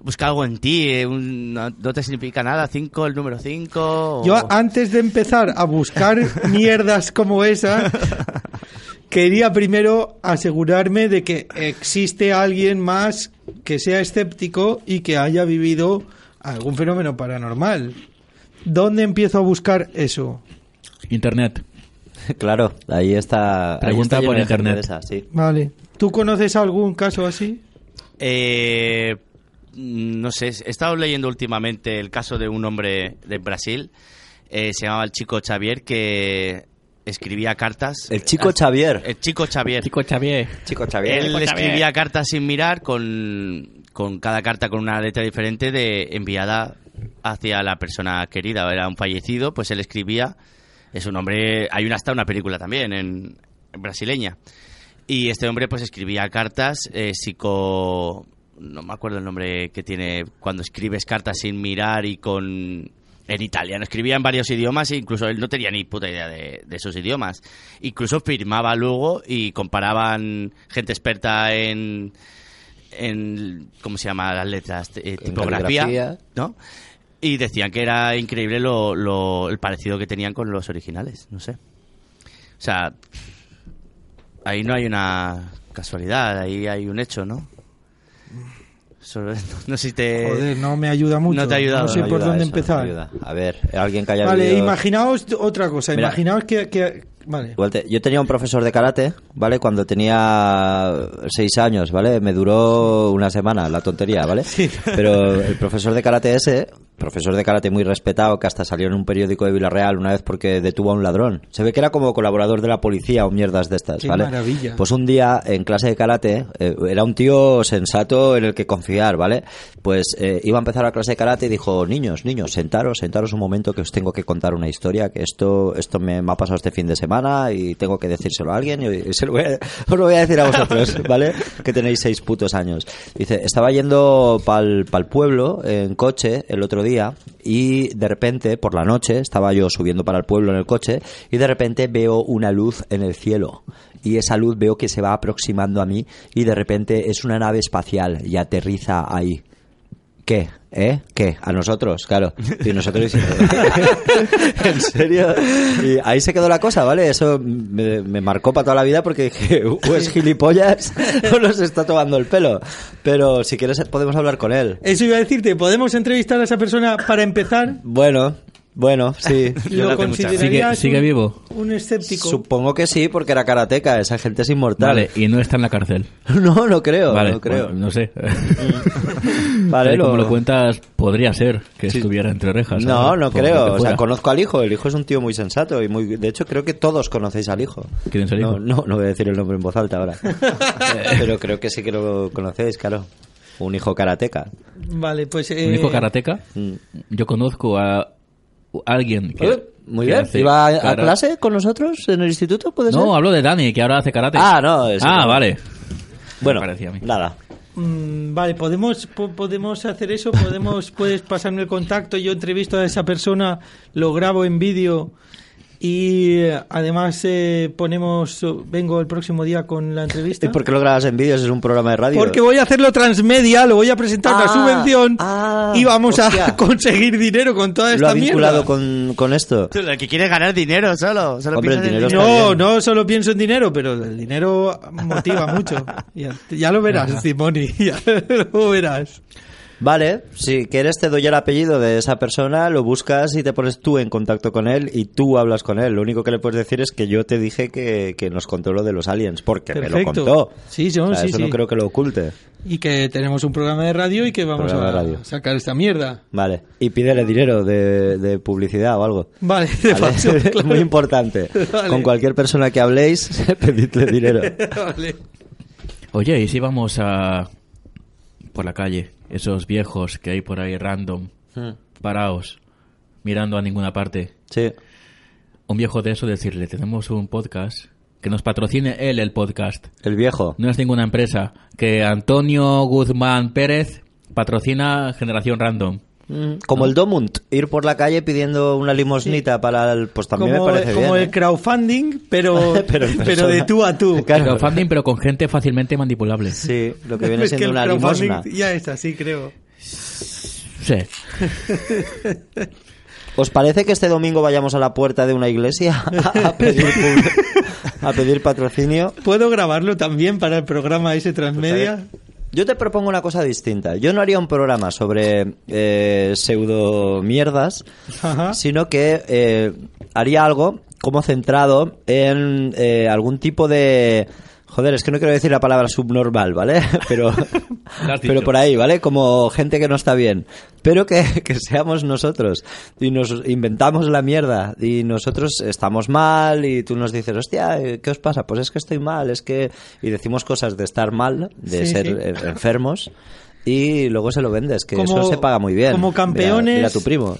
Speaker 5: Busca algo en ti, eh, un- no, no te significa nada. Cinco, el número cinco. o-
Speaker 3: Yo ah, antes de empezar a buscar mierdas como esa, quería primero asegurarme de que existe alguien más que sea escéptico y que haya vivido algún fenómeno paranormal. ¿Dónde empiezo a buscar eso?
Speaker 4: Internet.
Speaker 2: Claro, ahí está. ahí
Speaker 4: Pregunta
Speaker 2: está lleno
Speaker 4: por
Speaker 2: de gente
Speaker 4: internet.
Speaker 2: de esa, sí.
Speaker 3: Vale. ¿Tú conoces algún caso así?
Speaker 5: Eh, no sé, he estado leyendo últimamente el caso de un hombre de Brasil. eh, se llamaba el chico Xavier que escribía cartas.
Speaker 2: El chico Xavier.
Speaker 5: El chico Xavier.
Speaker 4: Xavier.
Speaker 2: Chico
Speaker 5: Él
Speaker 2: Xavier.
Speaker 5: escribía cartas sin mirar, con, con cada carta con una letra diferente de enviada hacia la persona querida. Era un fallecido, pues él escribía. Es un hombre. Hay una, hasta una película también en, en brasileña. Y este hombre, pues escribía cartas eh, psico. No me acuerdo el nombre que tiene cuando escribes cartas sin mirar y con. En italiano escribía en varios idiomas e incluso él no tenía ni puta idea de, de esos idiomas. Incluso firmaba luego y comparaban gente experta en. en ¿Cómo se llama las letras? Eh, tipografía.
Speaker 2: caligrafía.
Speaker 5: ¿No? Y decían que era increíble lo- lo- el parecido que tenían con los originales. No sé. O sea, Ahí no hay una casualidad, ahí hay un hecho, ¿no? Solo- no sé si te...
Speaker 3: Joder, no me ayuda mucho.
Speaker 5: Eh, no te ha ayudado,
Speaker 3: No sé
Speaker 5: no
Speaker 3: por
Speaker 2: Ayuda
Speaker 3: dónde
Speaker 2: eso,
Speaker 3: empezar.
Speaker 2: ayuda. A ver, alguien que haya
Speaker 3: Vale,
Speaker 2: vivido-
Speaker 3: imaginaos otra cosa.
Speaker 2: Mira.
Speaker 3: Imaginaos que... que- vale.
Speaker 2: Igual te- yo tenía un profesor de karate, ¿vale? Cuando tenía seis años, ¿vale? Me duró una semana, la tontería, ¿vale? Pero el profesor de karate ese, profesor de karate muy respetado, que hasta salió en un periódico de Villarreal una vez porque detuvo a un ladrón. Se ve que era como colaborador de la policía o mierdas de estas,
Speaker 3: Qué
Speaker 2: ¿vale?
Speaker 3: maravilla.
Speaker 2: Pues un día en clase de karate, eh, era un tío sensato en el que confiar, ¿vale? Pues eh, iba a empezar la clase de karate y dijo, niños, niños, sentaros, sentaros un momento que os tengo que contar una historia, que esto, esto me, me ha pasado este fin de semana y tengo que decírselo a alguien y, y se lo voy a- os lo voy a decir a vosotros, ¿vale? Que tenéis seis putos años. Dice, estaba yendo pa'l, pa'l pueblo en coche el otro día y de repente, por la noche, estaba yo subiendo para el pueblo en el coche y de repente veo una luz en el cielo y esa luz veo que se va aproximando a mí y de repente es una nave espacial y aterriza ahí. ¿Qué? ¿Eh? ¿Qué? A nosotros, claro. Y nosotros hicimos... ¿En serio? Y ahí se quedó la cosa, ¿vale? Eso me, me marcó para toda la vida porque dije, o es gilipollas o nos está tomando el pelo. Pero si quieres podemos hablar con él.
Speaker 3: Eso iba a decirte, ¿podemos entrevistar a esa persona para empezar?
Speaker 2: Bueno, bueno, sí.
Speaker 5: no
Speaker 3: ¿Lo
Speaker 5: tengo mucha-
Speaker 3: considerarías
Speaker 4: Sigue- sigue
Speaker 3: un-
Speaker 4: vivo.
Speaker 3: Un escéptico.
Speaker 2: Supongo que sí, porque era karateca, esa gente es inmortal.
Speaker 4: Vale, y no está en la cárcel.
Speaker 2: No, no creo,
Speaker 4: vale,
Speaker 2: no creo. Mm.
Speaker 4: bueno, no sé.
Speaker 2: Vale,
Speaker 4: Tal y
Speaker 2: lo-
Speaker 4: como lo cuentas, podría ser que estuviera entre orejas.
Speaker 2: No,
Speaker 4: ¿sabes?
Speaker 2: no
Speaker 4: Por
Speaker 2: creo.
Speaker 4: lo que
Speaker 2: O sea,
Speaker 4: fuera.
Speaker 2: conozco al hijo. El hijo es un tío muy sensato y muy. De hecho, creo que todos conocéis al hijo.
Speaker 4: ¿Quién es el
Speaker 2: no,
Speaker 4: hijo?
Speaker 2: No, no voy a decir el nombre en voz alta ahora. Eh, Pero creo que sí que lo conocéis, claro. Un hijo karateca. Mm.
Speaker 3: Vale, pues. eh,
Speaker 4: Un hijo karateca. Yo conozco a alguien que.
Speaker 2: Eh, Muy
Speaker 4: que
Speaker 2: bien.
Speaker 4: hace
Speaker 2: ¿Iba a, a
Speaker 4: kara-
Speaker 2: clase con nosotros en el instituto? ¿Puede ser?
Speaker 4: No, hablo de Dani, que ahora hace karate.
Speaker 2: Ah, no, es-
Speaker 4: ah, vale.
Speaker 2: Bueno,
Speaker 4: me parecía a mí.
Speaker 2: nada.
Speaker 3: mm, vale, podemos, po- podemos hacer eso. Podemos, puedes pasarme el contacto. Yo entrevisto a esa persona, lo grabo en vídeo. Y eh, además eh, ponemos. Vengo el próximo día con la entrevista.
Speaker 2: ¿Y Eh, por qué lo grabas en vídeos? Es un programa de radio.
Speaker 3: Porque voy a hacerlo transmedia, lo voy a presentar una
Speaker 2: Ah,
Speaker 3: subvención
Speaker 2: ah,
Speaker 3: y vamos a
Speaker 2: hostia.
Speaker 3: conseguir dinero con toda esta
Speaker 2: lo ha vinculado
Speaker 3: mierda.
Speaker 2: con, con esto.
Speaker 5: Tú, el que quiere ganar dinero solo. solo
Speaker 2: Hombre,
Speaker 5: piensa
Speaker 2: el
Speaker 5: en
Speaker 2: dinero está
Speaker 3: No,
Speaker 2: bien.
Speaker 3: no solo pienso en dinero, pero el dinero motiva mucho. Ya, ya lo verás, Simoni, ya lo verás.
Speaker 2: Vale, si quieres te doy el apellido de esa persona, lo buscas y te pones tú en contacto con él y tú hablas con él. Lo único que le puedes decir es que yo te dije que, que nos contó lo de los aliens, porque me lo
Speaker 3: Perfecto.
Speaker 2: contó.
Speaker 3: Sí, yo,
Speaker 2: O sea,
Speaker 3: sí,
Speaker 2: eso
Speaker 3: sí.
Speaker 2: no creo que lo oculte.
Speaker 3: Y que tenemos un programa de radio y que vamos
Speaker 2: Programa
Speaker 3: a
Speaker 2: de radio.
Speaker 3: sacar esta mierda.
Speaker 2: Vale, y pídele dinero de, de publicidad o algo.
Speaker 3: Vale, de
Speaker 2: ¿Vale?
Speaker 3: paso, claro.
Speaker 2: Muy importante.
Speaker 3: Vale.
Speaker 2: Con cualquier persona que habléis, pedidle dinero.
Speaker 3: Vale.
Speaker 4: Oye, ¿y si vamos a. por la calle? Esos viejos que hay por ahí random,
Speaker 3: Mm.
Speaker 4: parados, mirando a ninguna parte.
Speaker 2: Sí.
Speaker 4: Un viejo de eso decirle: Tenemos un podcast, que nos patrocine él el podcast.
Speaker 2: El viejo.
Speaker 4: No es ninguna empresa. Que Antonio Guzmán Pérez patrocina Generación Random.
Speaker 3: Mm.
Speaker 2: Como
Speaker 3: Ah.
Speaker 2: el Domunt, ir por la calle pidiendo una limosnita para el... Pues también
Speaker 3: como
Speaker 2: me parece
Speaker 3: como
Speaker 2: bien.
Speaker 3: el crowdfunding, pero,
Speaker 2: Pero
Speaker 3: pero,
Speaker 2: en
Speaker 3: de
Speaker 2: persona.
Speaker 3: tú a tú.
Speaker 2: Claro.
Speaker 4: Crowdfunding, pero con gente fácilmente manipulable.
Speaker 2: ¿eh? Sí, lo que viene
Speaker 3: Es que
Speaker 2: siendo
Speaker 3: el
Speaker 2: una
Speaker 3: crowdfunding
Speaker 2: limosna.
Speaker 3: Ya está, sí, creo.
Speaker 4: Sí.
Speaker 2: ¿Os parece que este domingo vayamos a la puerta de una iglesia a pedir, pub- a pedir patrocinio?
Speaker 3: ¿Puedo grabarlo también para el programa ese
Speaker 2: Pues
Speaker 3: Transmedia?
Speaker 2: Yo te propongo una cosa distinta. Yo no haría un programa sobre eh, pseudo mierdas,
Speaker 3: Ajá.
Speaker 2: sino que eh, haría algo como centrado en eh, algún tipo de... Joder, es que no quiero decir la palabra subnormal, ¿vale? Pero,
Speaker 4: La has dicho.
Speaker 2: pero por ahí, ¿vale? Como gente que no está bien. Pero que, que seamos nosotros. Y nos inventamos la mierda. Y nosotros estamos mal. Y tú nos dices, hostia, eh, ¿qué os pasa? Pues es que estoy mal. Es que. Y decimos cosas de estar mal, de
Speaker 3: Sí,
Speaker 2: ser
Speaker 3: sí.
Speaker 2: eh, enfermos. Y luego se lo vendes, que
Speaker 3: Como-
Speaker 2: eso se paga muy bien.
Speaker 3: como
Speaker 2: Mira-
Speaker 3: campeones-
Speaker 2: mira a tu primo.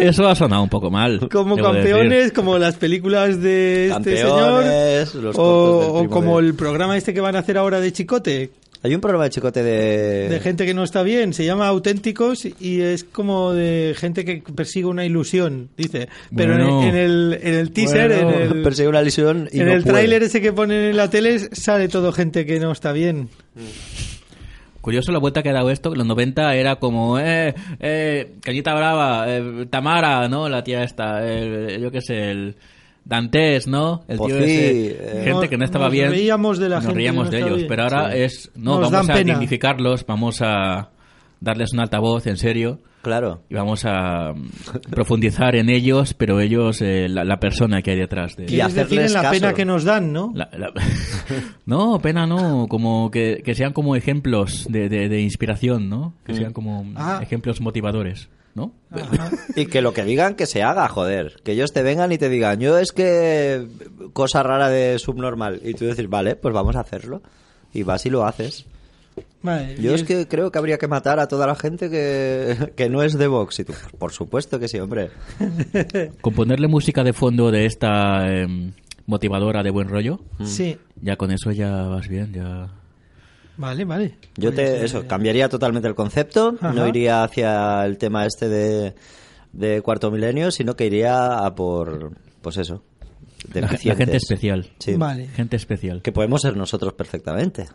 Speaker 4: Eso ha sonado un poco mal.
Speaker 3: Como
Speaker 4: debo decir.
Speaker 3: campeones, como las películas de este
Speaker 2: Campeones,
Speaker 3: señor.
Speaker 2: los cortos del
Speaker 3: o, o
Speaker 2: primo
Speaker 3: como
Speaker 2: de-
Speaker 3: el programa este que van a hacer ahora de Chicote,
Speaker 2: Hay un programa de chicote de...
Speaker 3: de gente que no está bien. Se llama Auténticos y es como de gente que persigue una ilusión, dice. Pero en-
Speaker 4: Bueno.
Speaker 3: en, el, en el teaser,
Speaker 4: Bueno.
Speaker 3: en el,
Speaker 2: Persigue una lesión y
Speaker 3: en
Speaker 2: no
Speaker 3: el
Speaker 2: puede.
Speaker 3: tráiler ese que ponen en la tele sale todo gente que no está bien.
Speaker 4: Curioso la vuelta que ha dado esto. que En los 90 era como, eh, eh, Cañita Brava, eh, Tamara, ¿no? La tía esta, el- yo qué sé, el Dantes, ¿no? El
Speaker 3: Pues
Speaker 4: tío
Speaker 2: Pocí,
Speaker 4: ese.
Speaker 2: eh.
Speaker 4: gente que no estaba
Speaker 3: Nos
Speaker 4: bien.
Speaker 3: reíamos de la
Speaker 4: Nos
Speaker 3: gente que
Speaker 4: reíamos
Speaker 3: no
Speaker 4: de
Speaker 3: estaba
Speaker 4: ellos.
Speaker 3: bien.
Speaker 4: Pero ahora
Speaker 3: Sí.
Speaker 4: es, no,
Speaker 3: Nos
Speaker 4: vamos
Speaker 3: dan
Speaker 4: a
Speaker 3: pena.
Speaker 4: dignificarlos, vamos a darles un altavoz, en serio.
Speaker 2: Claro.
Speaker 4: Y vamos a mm, profundizar en ellos, pero ellos, eh, la, la persona que hay detrás de
Speaker 3: Quieres decir
Speaker 2: hacerles
Speaker 3: en la
Speaker 2: caso.
Speaker 3: pena que nos dan, ¿no?
Speaker 4: la- la- no, pena no, como que, que sean como ejemplos de, de- de inspiración, ¿no? Que sean como
Speaker 3: Ah.
Speaker 4: ejemplos motivadores, ¿no?
Speaker 3: Ajá.
Speaker 2: Y que lo que digan que se haga, joder. Que ellos te vengan y te digan, yo es que cosa rara de subnormal. Y tú decir, vale, pues vamos a hacerlo. Y vas y lo haces.
Speaker 3: Vale,
Speaker 2: Yo
Speaker 3: y
Speaker 2: es
Speaker 3: el-
Speaker 2: que creo que habría que matar a toda la gente que, que no es de Vox. Y tú, por supuesto que sí, hombre.
Speaker 4: Con ponerle música de fondo de esta em, motivadora de buen rollo,
Speaker 3: Sí,
Speaker 4: ya con eso ya vas bien, ya...
Speaker 3: vale, vale.
Speaker 2: Yo
Speaker 3: Pues,
Speaker 2: te,
Speaker 3: eh,
Speaker 2: eso, cambiaría totalmente el concepto.
Speaker 3: Ajá.
Speaker 2: No iría hacia el tema este de, de cuarto milenio, sino que iría a por, pues eso,
Speaker 4: La, la
Speaker 2: deficientes.
Speaker 4: gente especial.
Speaker 2: Sí.
Speaker 3: Vale.
Speaker 4: Gente especial.
Speaker 2: Que podemos ser nosotros perfectamente.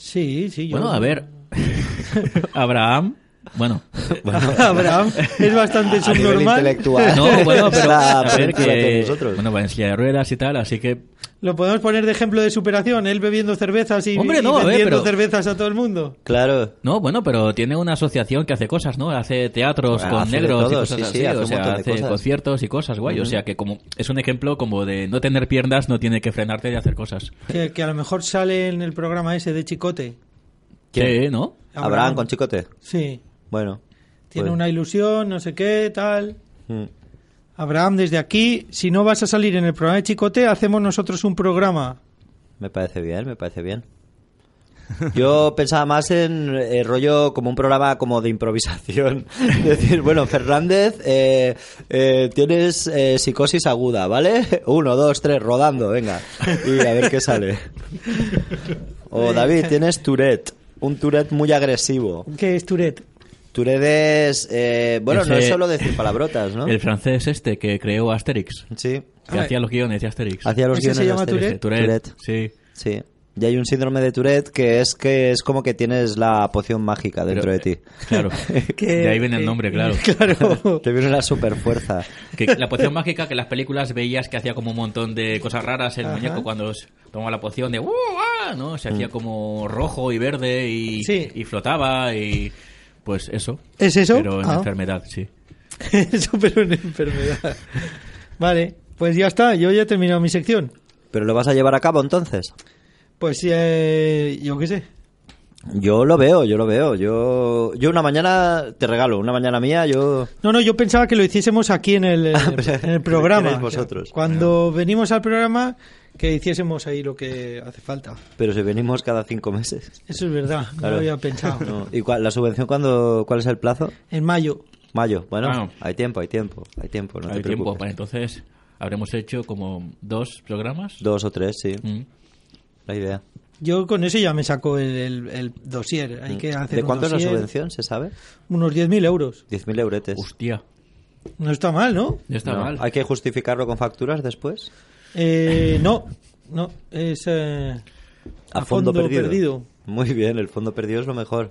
Speaker 3: Sí, sí. Yo...
Speaker 4: Bueno, a ver. Abraham. Bueno.
Speaker 3: Abraham es bastante
Speaker 2: a nivel
Speaker 3: subnormal.
Speaker 2: intelectual.
Speaker 4: No, bueno, pero.
Speaker 2: Está
Speaker 4: a
Speaker 2: por
Speaker 4: ver,
Speaker 2: encima de
Speaker 4: que-
Speaker 2: nosotros.
Speaker 4: Bueno, va en silla de ruedas y tal, así que.
Speaker 3: Lo podemos poner de ejemplo de superación, él bebiendo cervezas y,
Speaker 4: Hombre,
Speaker 3: y
Speaker 4: no, a ver,
Speaker 3: vendiendo
Speaker 4: pero-
Speaker 3: cervezas a todo el mundo.
Speaker 2: Claro.
Speaker 4: No, bueno, pero tiene una asociación que hace cosas, ¿no? Hace teatros
Speaker 2: Bueno,
Speaker 4: con
Speaker 2: Ah, hace de
Speaker 4: negros
Speaker 2: todo,
Speaker 4: y cosas
Speaker 2: sí,
Speaker 4: así,
Speaker 2: sí, hace
Speaker 4: o
Speaker 2: un
Speaker 4: sea,
Speaker 2: montón de
Speaker 4: hace
Speaker 2: cosas.
Speaker 4: conciertos y cosas guay, o sea que como es un ejemplo como de no tener piernas no tiene que frenarte de hacer cosas.
Speaker 3: Que, que a lo mejor sale en el programa ese de Chicote.
Speaker 2: ¿Quién?
Speaker 4: Sí, ¿no?
Speaker 3: Abraham.
Speaker 2: Abraham con chicote.
Speaker 3: Sí.
Speaker 2: Bueno.
Speaker 3: Tiene
Speaker 2: pues,
Speaker 3: una ilusión, no sé qué, tal.
Speaker 2: mm,
Speaker 3: Abraham, desde aquí, si no vas a salir en el programa de Chicote, hacemos nosotros un programa.
Speaker 2: Me parece bien, me parece bien. Yo pensaba más en eh, rollo como un programa como de improvisación. Es decir, bueno, Fernández, eh, eh, tienes eh, psicosis aguda, ¿vale? Uno, dos, tres, rodando, venga. Y a ver qué sale. O David, tienes Tourette. Un Tourette muy agresivo.
Speaker 3: ¿Qué es Tourette?
Speaker 2: Tourette es... eh, bueno, no
Speaker 4: Ese-
Speaker 2: es solo decir palabrotas, ¿no?
Speaker 4: El francés este que creó Asterix,
Speaker 2: Sí.
Speaker 4: que
Speaker 3: Hombre.
Speaker 4: hacía los guiones de Asterix. Eh,
Speaker 2: Hacia los
Speaker 3: ¿Ese se
Speaker 2: guiones de
Speaker 3: llama
Speaker 2: Asterix.
Speaker 4: Tourette,
Speaker 2: Tourette.
Speaker 4: Sí.
Speaker 2: Sí. Y hay un síndrome de Tourette que es que es como que tienes la poción mágica dentro
Speaker 4: Pero, eh,
Speaker 2: de ti. Eh,
Speaker 4: Claro. De ahí viene el nombre, claro. eh,
Speaker 3: Claro.
Speaker 2: Te viene la super fuerza.
Speaker 4: Que la poción mágica que en las películas veías que hacía como un montón de cosas raras el muñeco cuando s- tomaba la poción de ¡Uh, ah! ¿no? Se hacía como rojo y verde y,
Speaker 3: Mm. Sí.
Speaker 4: y flotaba y pues eso.
Speaker 3: ¿Es eso?
Speaker 4: Pero en
Speaker 3: Ah.
Speaker 4: enfermedad, sí.
Speaker 3: Eso, pero una enfermedad. Vale, pues ya está, yo ya he terminado mi sección.
Speaker 2: ¿Pero lo vas a llevar a cabo entonces?
Speaker 3: Pues eh, yo qué sé.
Speaker 2: Yo lo veo, yo lo veo. Yo, yo una mañana te regalo, una mañana mía, yo.
Speaker 3: No, no, yo pensaba que lo hiciésemos aquí en el,
Speaker 2: Ah, pero-
Speaker 3: en el programa.
Speaker 2: queréis vosotros.
Speaker 3: Cuando venimos al programa, que hiciésemos ahí lo que hace falta.
Speaker 2: Pero si venimos cada cinco meses.
Speaker 3: Eso es verdad, no
Speaker 2: Claro.
Speaker 3: lo había pensado.
Speaker 2: No. ¿Y cuál- la subvención cuándo, cuál es el plazo?
Speaker 3: En mayo.
Speaker 2: Mayo. Bueno,
Speaker 4: Ah.
Speaker 2: hay tiempo, hay tiempo, hay tiempo, no
Speaker 4: Hay
Speaker 2: te
Speaker 4: tiempo.
Speaker 2: preocupes.
Speaker 4: Para entonces habremos hecho como dos programas.
Speaker 2: Dos o tres, sí,
Speaker 4: Mm.
Speaker 2: la idea.
Speaker 3: Yo con eso ya me saco el, el, el dossier. Hay que hacer
Speaker 2: Mm. ¿De
Speaker 3: un
Speaker 2: cuánto es la
Speaker 3: dossier.
Speaker 2: subvención? ¿Se sabe?
Speaker 3: Unos 10.000 euros.
Speaker 2: 10.000 euretes.
Speaker 4: Hostia,
Speaker 3: No está mal, ¿no?
Speaker 4: ya está
Speaker 2: No.
Speaker 4: mal.
Speaker 2: ¿Hay que justificarlo con facturas después?
Speaker 3: Eh, no, no, es eh, a, fondo, perdido.
Speaker 2: Muy bien, el fondo perdido es lo mejor.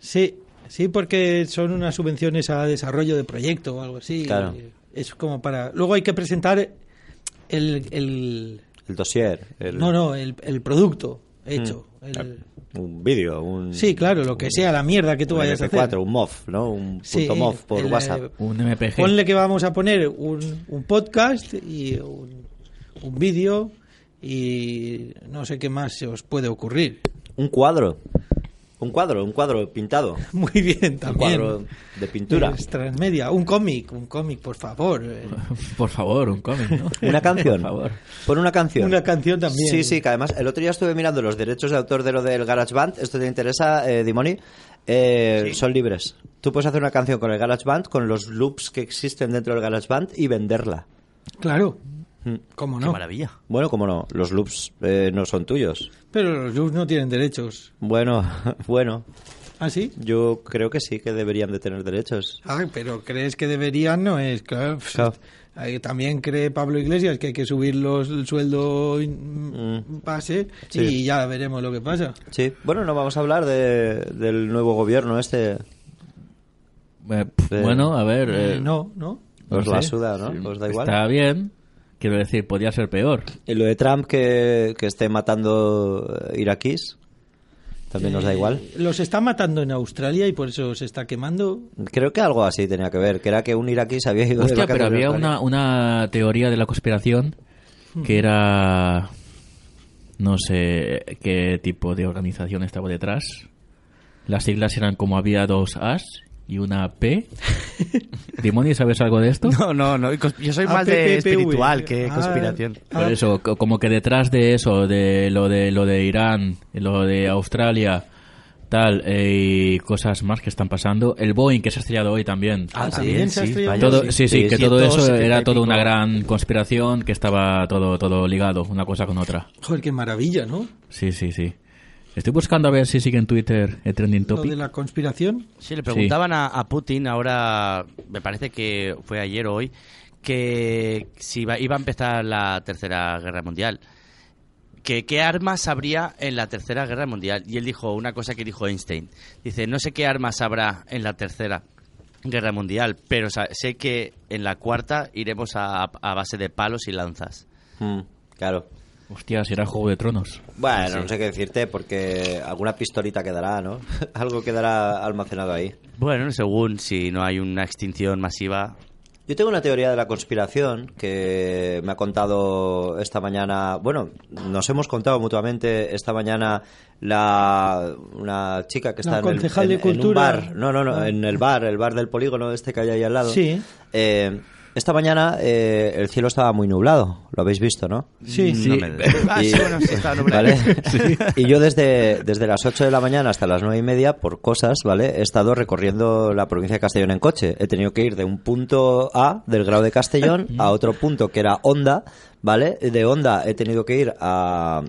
Speaker 3: Sí, sí, porque son unas subvenciones a desarrollo de proyecto o algo así. Eh,
Speaker 2: Claro.
Speaker 3: Es como para... Luego hay que presentar el... el-
Speaker 2: El dossier. El, Mm.
Speaker 3: No, no, el, el producto hecho. el-
Speaker 2: Un vídeo, un...
Speaker 3: Sí, claro, lo que sea, la mierda que tú
Speaker 2: Mm. un
Speaker 3: vayas a
Speaker 2: MP4,
Speaker 3: hacer.
Speaker 2: un MOV, ¿no? Un
Speaker 3: Sí,
Speaker 2: punto MOV por
Speaker 3: el, eh,
Speaker 2: WhatsApp.
Speaker 4: Un MPG.
Speaker 3: Ponle que vamos a poner un, un podcast y un, un vídeo y no sé qué más se os puede ocurrir.
Speaker 2: Un cuadro. Un cuadro, un cuadro pintado.
Speaker 3: Muy bien,
Speaker 2: Un
Speaker 3: también.
Speaker 2: cuadro de pintura.
Speaker 3: Es transmedia. Un cómic, un cómic, por favor. Eh,
Speaker 4: Por favor, un cómic, ¿no?
Speaker 2: Una canción.
Speaker 4: Por favor.
Speaker 2: Pon una canción.
Speaker 3: Una canción también.
Speaker 2: Sí, sí, que además el otro día estuve mirando los derechos de autor de lo del GarageBand. Esto te interesa, eh, Dimoni. Eh, Son libres. Tú puedes hacer una canción con el GarageBand, con los loops que existen dentro del GarageBand y venderla.
Speaker 3: Claro. ¿Cómo
Speaker 5: Qué
Speaker 3: no?
Speaker 5: maravilla.
Speaker 2: Bueno, como no, los loops eh, no son tuyos.
Speaker 3: Pero los Lux no tienen derechos.
Speaker 2: Bueno, bueno,
Speaker 3: ¿Ah, sí?
Speaker 2: yo creo que sí que deberían de tener derechos.
Speaker 3: Ah, pero crees que deberían, no es. Claro. pues,
Speaker 2: Claro.
Speaker 3: ahí También cree Pablo Iglesias que hay que subir los, el sueldo in- base
Speaker 2: Sí.
Speaker 3: y ya veremos lo que pasa.
Speaker 2: Sí, bueno, no vamos a hablar de- del nuevo gobierno este.
Speaker 4: Eh, pf,
Speaker 2: Pero-
Speaker 4: bueno, a ver.
Speaker 3: Eh,
Speaker 4: eh,
Speaker 3: no, ¿no?
Speaker 4: no
Speaker 2: Os la
Speaker 4: sé.
Speaker 2: suda, ¿no? Os da igual.
Speaker 4: Está bien. Quiero decir, podía ser peor.
Speaker 2: Y lo de Trump que, que esté matando eh, iraquís, también nos da igual.
Speaker 3: Eh, Los está matando en Australia y por eso se está quemando.
Speaker 2: Creo que algo así tenía que ver, que era que un iraquí se había ido de
Speaker 4: Hostia,
Speaker 2: vacaciones
Speaker 4: pero había
Speaker 2: a Australia.
Speaker 4: una, una teoría de la conspiración que era. No sé qué tipo de organización estaba detrás. Las siglas eran como había dos As y una P. Dimoni, ¿sabes algo de esto?
Speaker 5: No, no, no. Yo
Speaker 3: Ah,
Speaker 5: soy más de
Speaker 3: APPV.
Speaker 5: espiritual que
Speaker 3: Ah,
Speaker 5: conspiración.
Speaker 3: ah,
Speaker 4: Por eso, co- como que detrás de eso, de lo de lo de Irán, lo de Australia, tal, eh, y cosas más que están pasando, el Boeing que se ha estrellado hoy también.
Speaker 3: Ah,
Speaker 5: también,
Speaker 3: también se ha
Speaker 5: sí,
Speaker 3: estrellado.
Speaker 4: Todo-
Speaker 2: sí.
Speaker 4: sí, sí,
Speaker 2: Sí,
Speaker 4: que todo eso
Speaker 5: 170 y
Speaker 4: era toda
Speaker 5: pico.
Speaker 4: una gran conspiración que estaba todo todo ligado, una cosa con otra.
Speaker 3: Joder, qué maravilla, ¿no?
Speaker 4: Sí, sí, sí. Estoy buscando a ver si sigue en Twitter el trending
Speaker 3: Lo
Speaker 4: topic.
Speaker 3: de la conspiración.
Speaker 5: Sí, le preguntaban a, a Putin ahora, me parece que fue ayer o hoy, que si iba, iba a empezar la Tercera Guerra Mundial. Que qué armas habría en la Tercera Guerra Mundial. Y él dijo una cosa que dijo Einstein. Dice, no sé qué armas habrá en la Tercera Guerra Mundial, pero sa- sé que en la Cuarta iremos a, a base de palos y lanzas.
Speaker 2: Mm, claro.
Speaker 4: Hostia, será Juego de Tronos.
Speaker 2: Bueno, no sé qué decirte, porque alguna pistolita quedará, ¿no? algo quedará almacenado ahí.
Speaker 5: Bueno, según si no hay una extinción masiva.
Speaker 2: Yo tengo una teoría de la conspiración que me ha contado esta mañana. Bueno, nos hemos contado mutuamente esta mañana la una chica que
Speaker 3: La
Speaker 2: está en, el,
Speaker 3: concejal
Speaker 2: en-
Speaker 3: de
Speaker 2: en un
Speaker 3: cultura.
Speaker 2: bar. No, no, no,
Speaker 3: Ah.
Speaker 2: en el bar, el bar del polígono este que hay ahí al lado.
Speaker 3: Sí.
Speaker 2: Eh, esta mañana eh, el cielo estaba muy nublado. Lo habéis visto, Mm, ¿no?
Speaker 3: Sí,
Speaker 5: No me- Ah, sí, bueno, sí, estaba nublado.
Speaker 2: ¿vale? Y yo desde, desde las 8 de la mañana hasta las 9 y media, por cosas, ¿vale? He estado recorriendo la provincia de Castellón en coche. He tenido que ir de un punto A del grado de Castellón a otro punto que era Onda, ¿vale? De Onda he tenido que ir a,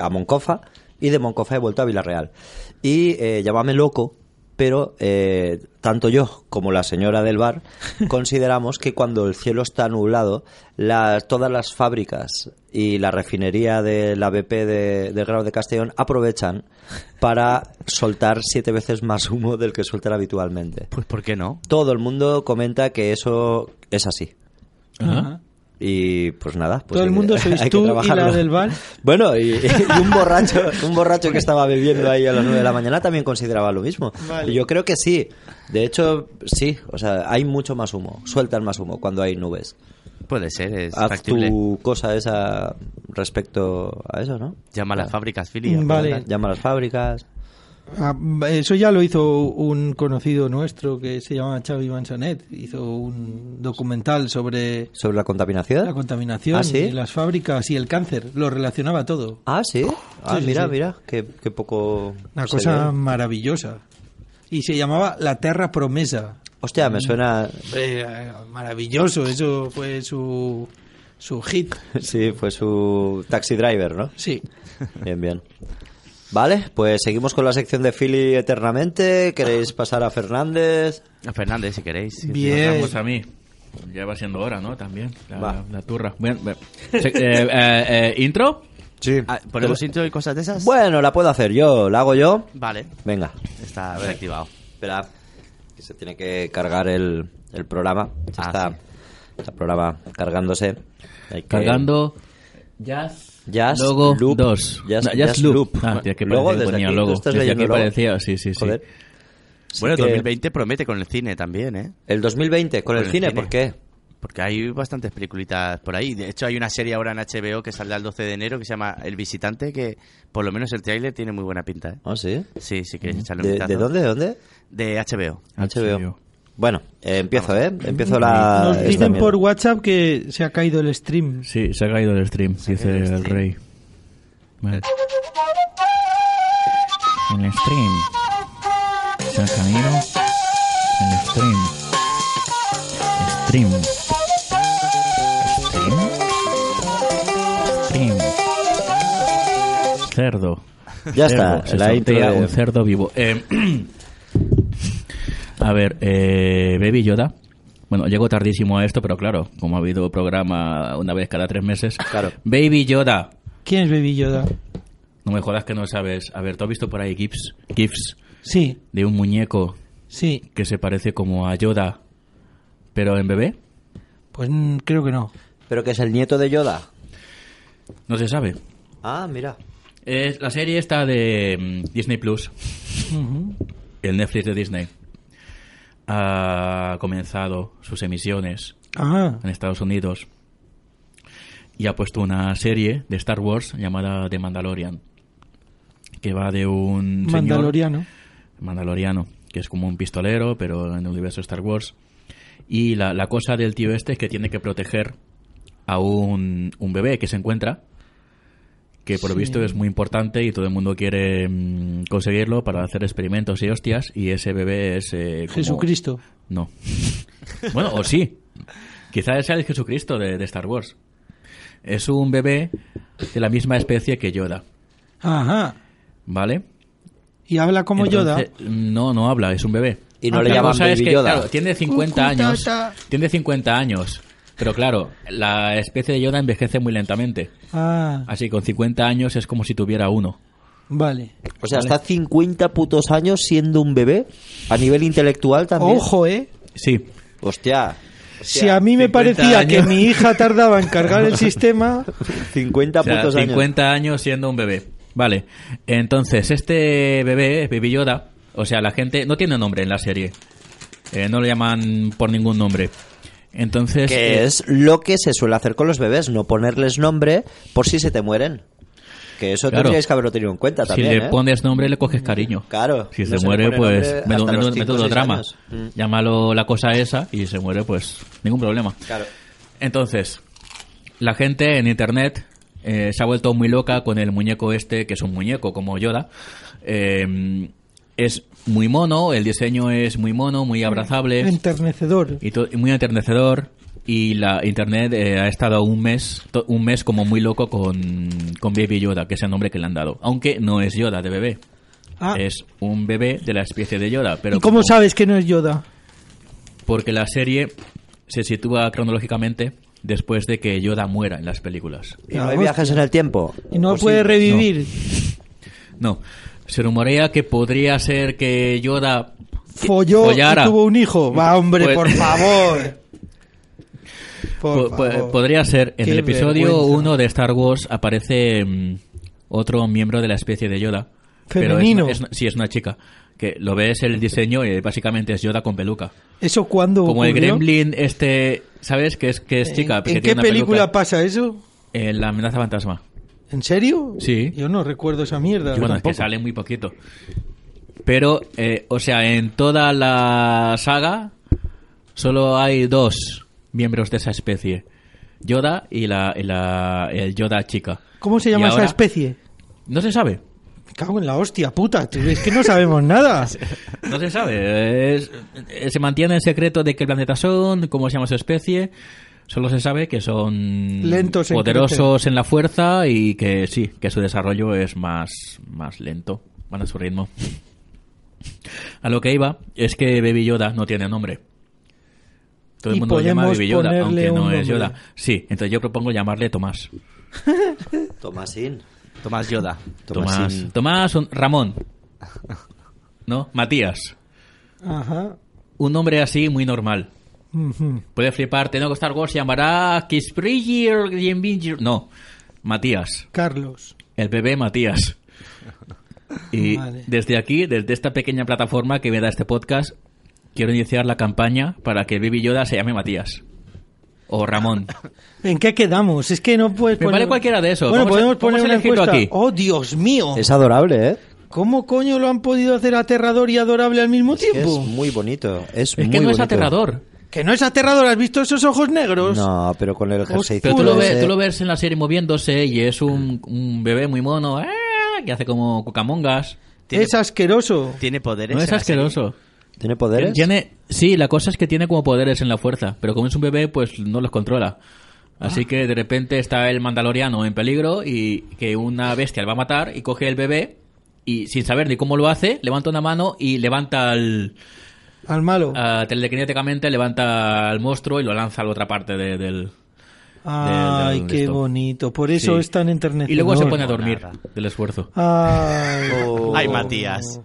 Speaker 2: a Moncofa y de Moncofa he vuelto a Villarreal. Y eh, llámame loco, pero eh, tanto yo como la señora del bar consideramos que cuando el cielo está nublado, la- todas las fábricas y la refinería de la BP de, de Grau de Castellón aprovechan para soltar siete veces más humo del que sueltan habitualmente.
Speaker 5: Pues ¿por qué no?
Speaker 2: Todo el mundo comenta que eso es así.
Speaker 4: Ajá.
Speaker 2: Y pues nada. Pues
Speaker 3: Todo el
Speaker 2: hay que-
Speaker 3: mundo sois
Speaker 2: hay que
Speaker 3: tú y
Speaker 2: trabajarlo.
Speaker 3: la del bar.
Speaker 2: Bueno, y, y un borracho un borracho que estaba bebiendo ahí a las 9 de la mañana también consideraba lo mismo.
Speaker 3: Vale.
Speaker 2: Y Yo creo que sí. De hecho, sí. O sea, hay mucho más humo. Sueltan más humo cuando hay nubes.
Speaker 5: Puede ser, es
Speaker 2: Haz
Speaker 5: factible.
Speaker 2: tu cosa esa respecto a eso, ¿no?
Speaker 5: Llama a
Speaker 2: Ah,
Speaker 5: las fábricas, Filia.
Speaker 3: Vale.
Speaker 2: Llama a las fábricas.
Speaker 3: Ah, Eso ya lo hizo un conocido nuestro que se llama Xavi Mansanet. Hizo un documental sobre
Speaker 2: ¿Sobre la contaminación?
Speaker 3: la contaminación
Speaker 2: ¿Ah, sí?
Speaker 3: de las fábricas y el cáncer. Lo relacionaba todo.
Speaker 2: Ah, sí. Ah,
Speaker 3: Sí, sí,
Speaker 2: mira,
Speaker 3: sí.
Speaker 2: mira. Qué, qué poco.
Speaker 3: Una
Speaker 2: se
Speaker 3: cosa
Speaker 2: ve.
Speaker 3: maravillosa. Y se llamaba La Terra Promesa.
Speaker 2: Hostia, me suena.
Speaker 3: Hombre, eh, maravilloso. Eso fue su, su hit.
Speaker 2: Sí, fue su taxi driver, ¿no?
Speaker 3: Sí.
Speaker 2: Bien, bien. Vale, pues seguimos con la sección de Philly eternamente. ¿Queréis pasar a Fernández?
Speaker 5: A Fernández, si queréis. Sí,
Speaker 3: Bien.
Speaker 5: sí,
Speaker 4: Pues a mí. Ya va siendo hora, ¿no? También. La,
Speaker 2: Va.
Speaker 4: la- la turra. Bueno, bueno. Se- eh, eh, eh, ¿Intro?
Speaker 2: Sí.
Speaker 5: Ah, ¿Ponemos intro y cosas de esas?
Speaker 2: Bueno, la puedo hacer yo. ¿La hago yo?
Speaker 5: Vale,
Speaker 2: Venga.
Speaker 5: está reactivado.
Speaker 2: Espera, que se tiene que cargar el, el programa. Ya
Speaker 5: Ah,
Speaker 2: está,
Speaker 5: sí.
Speaker 2: está el programa cargándose. Hay que-
Speaker 4: Cargando. Jazz.
Speaker 2: Jazz
Speaker 4: logo
Speaker 2: Loop.
Speaker 4: 2.
Speaker 2: Jazz-
Speaker 4: No,
Speaker 2: Jazz
Speaker 4: Loop.
Speaker 2: Loop.
Speaker 4: Ah, tía, que
Speaker 2: Logo
Speaker 4: parecía que
Speaker 2: desde
Speaker 4: ponía
Speaker 2: aquí, ¿tú
Speaker 4: logo.
Speaker 2: estás
Speaker 4: Desde
Speaker 2: leyendo
Speaker 4: aquí
Speaker 2: logo?
Speaker 4: parecía, sí, sí, sí.
Speaker 2: Joder. Sí
Speaker 5: bueno,
Speaker 2: que-
Speaker 5: 2020 promete con el cine también, ¿eh?
Speaker 2: El 2020, con el,
Speaker 5: Con el
Speaker 2: cine,
Speaker 5: cine.
Speaker 2: ¿por qué?
Speaker 5: Porque hay bastantes peliculitas por ahí. De hecho, hay una serie ahora en HBO que saldrá el 12 de enero que se llama El Visitante, que por lo menos el tráiler tiene muy buena pinta, ¿eh?
Speaker 2: Ah, sí.
Speaker 5: Sí, si queréis echarle un
Speaker 2: ¿De,
Speaker 5: vistazo.
Speaker 2: de dónde? ¿De dónde?
Speaker 5: De HBO.
Speaker 2: HBO. Bueno, eh, empiezo, ¿eh? Empiezo la.
Speaker 3: Ah, Nos
Speaker 2: esta
Speaker 3: dicen
Speaker 2: mierda.
Speaker 3: por WhatsApp que se ha caído el stream.
Speaker 4: Sí, se ha caído el stream, dice
Speaker 5: caído
Speaker 4: el,
Speaker 5: el stream.
Speaker 4: rey. Vale. El stream. Se ha caído el stream. Stream. Stream. Stream. Cerdo.
Speaker 2: Ya
Speaker 4: Cerdo.
Speaker 2: está,
Speaker 4: Se
Speaker 2: la intro.
Speaker 4: sortea
Speaker 2: de-
Speaker 4: un cerdo vivo. Eh, a ver, eh, Baby Yoda. Bueno, llego tardísimo a esto, pero claro, como ha habido programa una vez cada tres meses.
Speaker 2: Claro.
Speaker 4: Baby Yoda.
Speaker 3: ¿Quién es Baby Yoda?
Speaker 4: No me jodas que no sabes. A ver, ¿tú has visto por ahí GIFs, GIFs
Speaker 3: Sí,
Speaker 4: de un muñeco
Speaker 3: sí.
Speaker 4: que se parece como a Yoda, pero en bebé?
Speaker 3: Pues mm, creo que no.
Speaker 2: Pero que es el nieto de Yoda.
Speaker 4: No se sabe.
Speaker 2: Ah, mira.
Speaker 4: Es la serie está de mm, Disney Plus, el Netflix de Disney. Ha comenzado sus emisiones
Speaker 3: Ah,
Speaker 4: en Estados Unidos y ha puesto una serie de Star Wars llamada The Mandalorian, que va de un señor-
Speaker 3: Mandaloriano.
Speaker 4: mandaloriano, que es como un pistolero, pero en el universo Star Wars. Y la, la cosa del tío este es que tiene que proteger a un, un bebé que se encuentra, que por lo visto es muy importante y todo el mundo quiere mm, conseguirlo para hacer experimentos y hostias, y ese bebé es... eh, como-
Speaker 3: Jesucristo.
Speaker 4: No. bueno, o sí. Quizás sea el Jesucristo de, de Star Wars. Es un bebé de la misma especie que Yoda,
Speaker 3: Ajá.
Speaker 4: ¿vale?
Speaker 3: Y habla como
Speaker 4: Entonces, No, no habla, es un bebé.
Speaker 2: Y no
Speaker 4: Ah,
Speaker 2: le
Speaker 4: la
Speaker 2: llaman
Speaker 4: cosa
Speaker 2: Baby
Speaker 4: es que,
Speaker 2: Yoda.
Speaker 4: claro, tiene 50
Speaker 3: Cucuta,
Speaker 4: años.
Speaker 3: ta.
Speaker 4: Tiene 50 años. Pero claro, la especie de Yoda envejece muy lentamente.
Speaker 3: Yoda. Ah,
Speaker 4: Así, con 50 años es como si tuviera uno.
Speaker 3: vale.
Speaker 2: O sea, está 50 putos años siendo un bebé a nivel intelectual también.
Speaker 3: Ojo, ¿eh?
Speaker 4: Sí.
Speaker 2: Hostia,
Speaker 3: Si a mí me
Speaker 4: 50
Speaker 3: parecía que
Speaker 4: años.
Speaker 3: mi hija tardaba en cargar el sistema,
Speaker 2: 50
Speaker 4: O sea,
Speaker 2: putos
Speaker 4: 50 años. siendo un bebé. Vale. Entonces, este bebé, Baby Yoda, o sea, la gente no tiene nombre en la serie. Eh, no lo llaman por ningún nombre.
Speaker 2: años.
Speaker 4: Entonces,
Speaker 2: Que
Speaker 4: eh,
Speaker 2: es lo que se suele hacer con los bebés, no ponerles nombre por si se te mueren. Que eso
Speaker 4: Claro.
Speaker 2: tendríais que haberlo tenido en cuenta
Speaker 4: si
Speaker 2: también.
Speaker 4: le
Speaker 2: ¿eh?
Speaker 4: pones nombre, le coges cariño.
Speaker 2: Claro,
Speaker 4: Si
Speaker 2: no
Speaker 4: se,
Speaker 2: se le
Speaker 4: muere,
Speaker 2: pone
Speaker 4: pues
Speaker 2: nombre
Speaker 4: menudo,
Speaker 2: hasta los
Speaker 4: menudo-
Speaker 2: cinco o
Speaker 4: menudo
Speaker 2: seis
Speaker 4: drama.
Speaker 2: años. Mm.
Speaker 4: Llámalo la cosa esa y se muere, pues ningún problema.
Speaker 2: Claro.
Speaker 4: Entonces, la gente en internet eh, se ha vuelto muy loca con el muñeco este, que es un muñeco como Yoda. Eh, es muy mono, el diseño es muy mono, muy abrazable
Speaker 3: enternecedor.
Speaker 4: y, to- y muy enternecedor. Y la internet eh, ha estado un mes, to- un mes como muy loco con, con Baby Yoda, que es el nombre que le han dado. Aunque no es Yoda de bebé.
Speaker 3: Ah.
Speaker 4: Es un bebé de la especie de Yoda. eh, Pero
Speaker 3: ¿Y cómo
Speaker 4: como-
Speaker 3: sabes que no es Yoda?
Speaker 4: Porque la serie se sitúa cronológicamente después de que Yoda muera en las películas.
Speaker 2: Y no
Speaker 3: Ah,
Speaker 2: hay viajes en el tiempo.
Speaker 3: Y no
Speaker 4: Pues
Speaker 3: puede
Speaker 4: sí,
Speaker 3: revivir.
Speaker 4: No, se rumorea que podría ser que Yoda
Speaker 3: Folló
Speaker 4: Follara.
Speaker 3: y tuvo un hijo. Va, hombre,
Speaker 4: Pues-
Speaker 3: por favor.
Speaker 4: Po-
Speaker 3: Por
Speaker 4: po-
Speaker 3: favor.
Speaker 4: pues, Podría ser. En
Speaker 3: Qué
Speaker 4: el episodio
Speaker 3: vergüenza.
Speaker 4: 1 de Star Wars aparece mm, otro miembro de la especie de Yoda. Pero es
Speaker 3: Femenino.
Speaker 4: una- es una- sí, es una chica. Que lo ves el diseño y básicamente es Yoda con peluca.
Speaker 3: ¿Eso cuándo
Speaker 4: Como el
Speaker 3: ocurrió? Eh,
Speaker 4: Gremlin, este. ¿Sabes? Que es, que es chica.
Speaker 3: ¿En,
Speaker 4: que
Speaker 3: en
Speaker 4: tiene
Speaker 3: qué
Speaker 4: una
Speaker 3: película
Speaker 4: peluca.
Speaker 3: pasa eso?
Speaker 4: En La amenaza fantasma.
Speaker 3: ¿En serio?
Speaker 4: Sí.
Speaker 3: Yo no recuerdo esa mierda.
Speaker 4: bueno, es que sale muy poquito. Pero, eh, o sea, en toda la saga solo hay dos miembros de esa especie. Yoda y la, y la- el Yoda chica.
Speaker 3: ¿Cómo se
Speaker 4: Y
Speaker 3: llama esa
Speaker 4: ahora-
Speaker 3: especie?
Speaker 4: No se sabe.
Speaker 3: Me cago en la hostia, puta. tú, Es que no sabemos nada.
Speaker 4: No se sabe. Es- eh, se mantiene el secreto de qué planeta son, cómo se llama su especie. Solo se sabe que son
Speaker 3: Lentos en
Speaker 4: poderosos en la fuerza y que sí, que su desarrollo es más, más lento, van a su ritmo. A lo que iba es que Baby Yoda no tiene nombre. Todo
Speaker 3: Y
Speaker 4: el mundo lo llama
Speaker 3: podemos
Speaker 4: Baby Yoda, aunque
Speaker 3: ponerle
Speaker 4: no
Speaker 3: un
Speaker 4: es
Speaker 3: nombre.
Speaker 4: Yoda. Sí, entonces yo propongo llamarle Tomás.
Speaker 2: Tomasín.
Speaker 5: Tomás Yoda.
Speaker 4: Tomás, Tomás un- Ramón. ¿No? Matías.
Speaker 3: Ajá.
Speaker 4: Un nombre así muy normal.
Speaker 3: Ujú.
Speaker 4: Puede fliparte, ¿no? Que Star Wars se llamará Kisprigir Bienvinir. No, Matías.
Speaker 3: Carlos.
Speaker 4: El bebé Matías. Y
Speaker 3: Vale.
Speaker 4: desde aquí, desde esta pequeña plataforma que me da este podcast, quiero iniciar la campaña para que Baby Yoda se llame Matías. O Ramón.
Speaker 3: ¿En qué quedamos? Es que no puedes
Speaker 4: Me vale cualquiera de esos.
Speaker 3: Bueno,
Speaker 4: Vamos a-
Speaker 3: podemos
Speaker 4: vamos
Speaker 3: poner
Speaker 4: a
Speaker 3: una
Speaker 4: elegirlo
Speaker 3: encuesta.
Speaker 4: aquí.
Speaker 3: Oh, Dios mío.
Speaker 2: Es adorable, ¿eh?
Speaker 3: ¿Cómo coño lo han podido hacer aterrador y adorable al mismo
Speaker 2: Es
Speaker 3: tiempo?
Speaker 2: muy bonito. Es,
Speaker 4: Es
Speaker 2: muy
Speaker 4: que no es
Speaker 2: bonito.
Speaker 4: aterrador.
Speaker 3: Que no es aterrador, ¿has visto esos ojos negros?
Speaker 2: No, pero con el jersey.
Speaker 4: Pero tú lo, ves, tú lo ves en la serie moviéndose y es un, un bebé muy mono ¡ah! que hace como cucamongas.
Speaker 5: Tiene-
Speaker 3: Es asqueroso.
Speaker 5: Tiene poderes.
Speaker 4: No
Speaker 5: en
Speaker 4: es
Speaker 5: la serie?
Speaker 4: asqueroso.
Speaker 2: ¿Tiene poderes?
Speaker 4: Tiene, sí, la cosa es que tiene como poderes en la fuerza, pero como es un bebé, pues no los controla. Así que de repente está el mandaloriano en peligro y que una bestia le va a matar y coge el bebé y sin saber ni cómo lo hace, levanta una mano y levanta al...
Speaker 3: Al malo.
Speaker 4: ah, telequinéticamente levanta al monstruo y lo lanza a la otra parte de- del...
Speaker 3: Ay,
Speaker 4: del-
Speaker 3: qué
Speaker 4: esto.
Speaker 3: bonito. Por eso
Speaker 4: Sí.
Speaker 3: es tan enternecedor.
Speaker 4: Y luego se pone a dormir
Speaker 5: nada.
Speaker 4: del esfuerzo.
Speaker 3: Ah. Ay,
Speaker 5: Ay,
Speaker 4: Oh.
Speaker 5: Matías.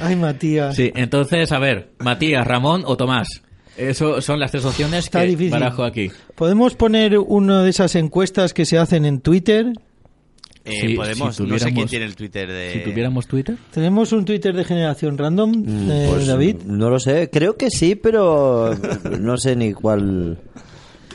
Speaker 3: Ay, Matías.
Speaker 4: Sí, entonces, a ver, Matías, Ramón o Tomás. Eso son las tres opciones
Speaker 3: Está
Speaker 4: que
Speaker 3: difícil.
Speaker 4: barajo aquí.
Speaker 3: ¿Podemos poner una de esas encuestas que se hacen en Twitter?
Speaker 5: Eh,
Speaker 4: Si-
Speaker 5: podemos,
Speaker 4: si
Speaker 5: no sé quién
Speaker 4: tuviéramos-
Speaker 5: tiene el Twitter de.
Speaker 4: Si tuviéramos Twitter...
Speaker 3: ¿Tenemos un Twitter de generación random,
Speaker 2: Mm,
Speaker 3: eh,
Speaker 2: pues,
Speaker 3: David?
Speaker 2: No lo sé. Creo que sí, pero no sé ni cuál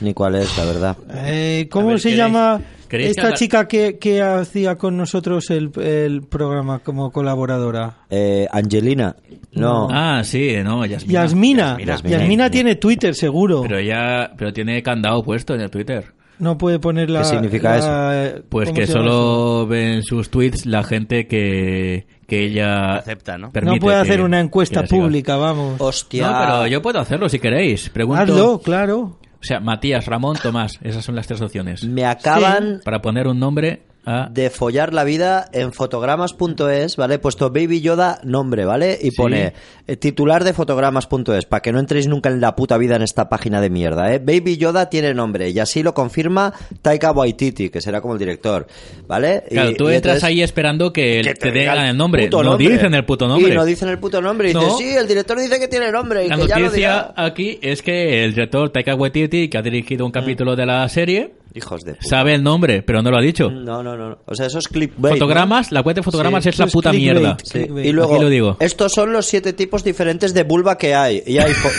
Speaker 2: ni cuál es, la verdad.
Speaker 3: Eh, ¿Cómo
Speaker 4: A ver,
Speaker 3: se
Speaker 4: ¿queréis-
Speaker 3: llama
Speaker 4: queréis que
Speaker 3: esta
Speaker 4: haga-
Speaker 3: chica que, que hacía con nosotros el, el programa como colaboradora?
Speaker 2: Eh, Angelina. No.
Speaker 4: Ah, sí, no, Yasmina.
Speaker 3: Yasmina. Yasmina,
Speaker 2: Yasmina.
Speaker 3: tiene Twitter, seguro.
Speaker 4: Pero ella pero tiene candado puesto en el Twitter.
Speaker 3: No puede poner la...
Speaker 2: ¿Qué significa
Speaker 3: la-
Speaker 4: Pues
Speaker 3: ¿cómo
Speaker 4: que
Speaker 3: se llama eso?
Speaker 4: solo ven sus tweets la gente que, que ella
Speaker 5: Acepta, ¿no?
Speaker 4: permite
Speaker 3: no puede
Speaker 4: que-
Speaker 3: hacer una
Speaker 4: que
Speaker 3: encuesta
Speaker 4: la siga.
Speaker 3: pública, vamos.
Speaker 2: Hostia.
Speaker 4: No, pero yo puedo hacerlo si queréis. Pregunto.
Speaker 3: Hazlo, claro.
Speaker 4: O sea, Matías, Ramón, Tomás, esas son las tres opciones.
Speaker 2: Me acaban
Speaker 4: Para poner un nombre a
Speaker 2: de follar la vida en fotogramas.es, ¿vale? He puesto Baby Yoda nombre, ¿vale? Y
Speaker 4: Sí.
Speaker 2: pone eh, titular de fotogramas.es, para que no entréis nunca en la puta vida en esta página de mierda, ¿eh? Baby Yoda tiene nombre y así lo confirma Taika Waititi, que será como el director, ¿vale? Y-
Speaker 4: Claro, tú
Speaker 2: y
Speaker 4: entras
Speaker 2: entonces-
Speaker 4: ahí esperando que,
Speaker 2: que
Speaker 4: te,
Speaker 2: diga
Speaker 4: digan el nombre.
Speaker 2: puto
Speaker 4: No dicen el puto nombre.
Speaker 2: Y no dicen el puto nombre. Y
Speaker 4: No.
Speaker 2: dices, sí, el director dice que tiene nombre y
Speaker 4: La
Speaker 2: que ya lo
Speaker 4: noticia
Speaker 2: dirá.
Speaker 4: aquí es que el director Taika Waititi, que ha
Speaker 2: Mm.
Speaker 4: dirigido un capítulo de la serie,
Speaker 2: Hijos de puta.
Speaker 4: sabe el nombre, pero no lo ha dicho.
Speaker 2: No, no, no. no. O sea, eso es clickbait. ¿no?
Speaker 4: Fotogramas, la cuenta de fotogramas
Speaker 3: Sí,
Speaker 4: es la
Speaker 3: eso es
Speaker 4: puta
Speaker 3: clickbait.
Speaker 4: mierda.
Speaker 2: Sí,
Speaker 3: Clickbait.
Speaker 2: Y luego,
Speaker 4: Aquí lo digo.
Speaker 2: estos son los siete tipos diferentes de vulva que hay. Y hay fo-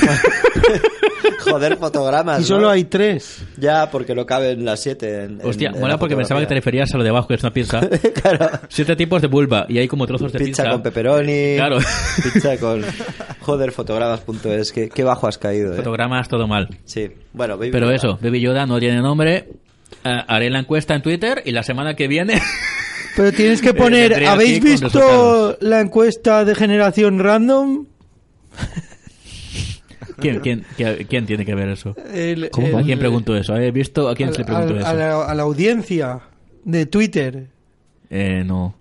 Speaker 2: Joder, fotogramas.
Speaker 3: Y
Speaker 2: ¿no?
Speaker 3: solo hay tres.
Speaker 2: Ya, porque no caben las siete. en- en-
Speaker 4: Hostia,
Speaker 2: en
Speaker 4: mola
Speaker 2: Eh, la
Speaker 4: porque pensaba que te
Speaker 2: fotografía.
Speaker 4: referías a lo de abajo, que es una pizza.
Speaker 2: Claro.
Speaker 4: Siete tipos de vulva y hay como trozos de pizza.
Speaker 2: Pizza con pepperoni.
Speaker 4: Claro.
Speaker 2: Pizza con. Joder, fotogramas.es. Qué, qué bajo has caído, eh.
Speaker 4: Fotogramas, todo mal.
Speaker 2: Sí. Bueno, baby
Speaker 4: Pero
Speaker 2: Yoda.
Speaker 4: eso, Baby Yoda no tiene nombre. Ah, haré la encuesta en Twitter y la semana que viene.
Speaker 3: Pero tienes que
Speaker 4: Eh,
Speaker 3: poner,
Speaker 4: vendré aquí
Speaker 3: ¿habéis
Speaker 4: con
Speaker 3: visto
Speaker 4: resultados.
Speaker 3: la encuesta de generación random?
Speaker 4: ¿Quién, quién, qué- quién tiene que ver eso? Eh,
Speaker 3: El-
Speaker 4: ¿A
Speaker 3: el-
Speaker 4: quién pregunto eso? ¿He visto? ¿A quién se le
Speaker 3: al-
Speaker 4: pregunto
Speaker 3: al-
Speaker 4: eso?
Speaker 3: A la, a la audiencia de Twitter.
Speaker 4: Eh, no.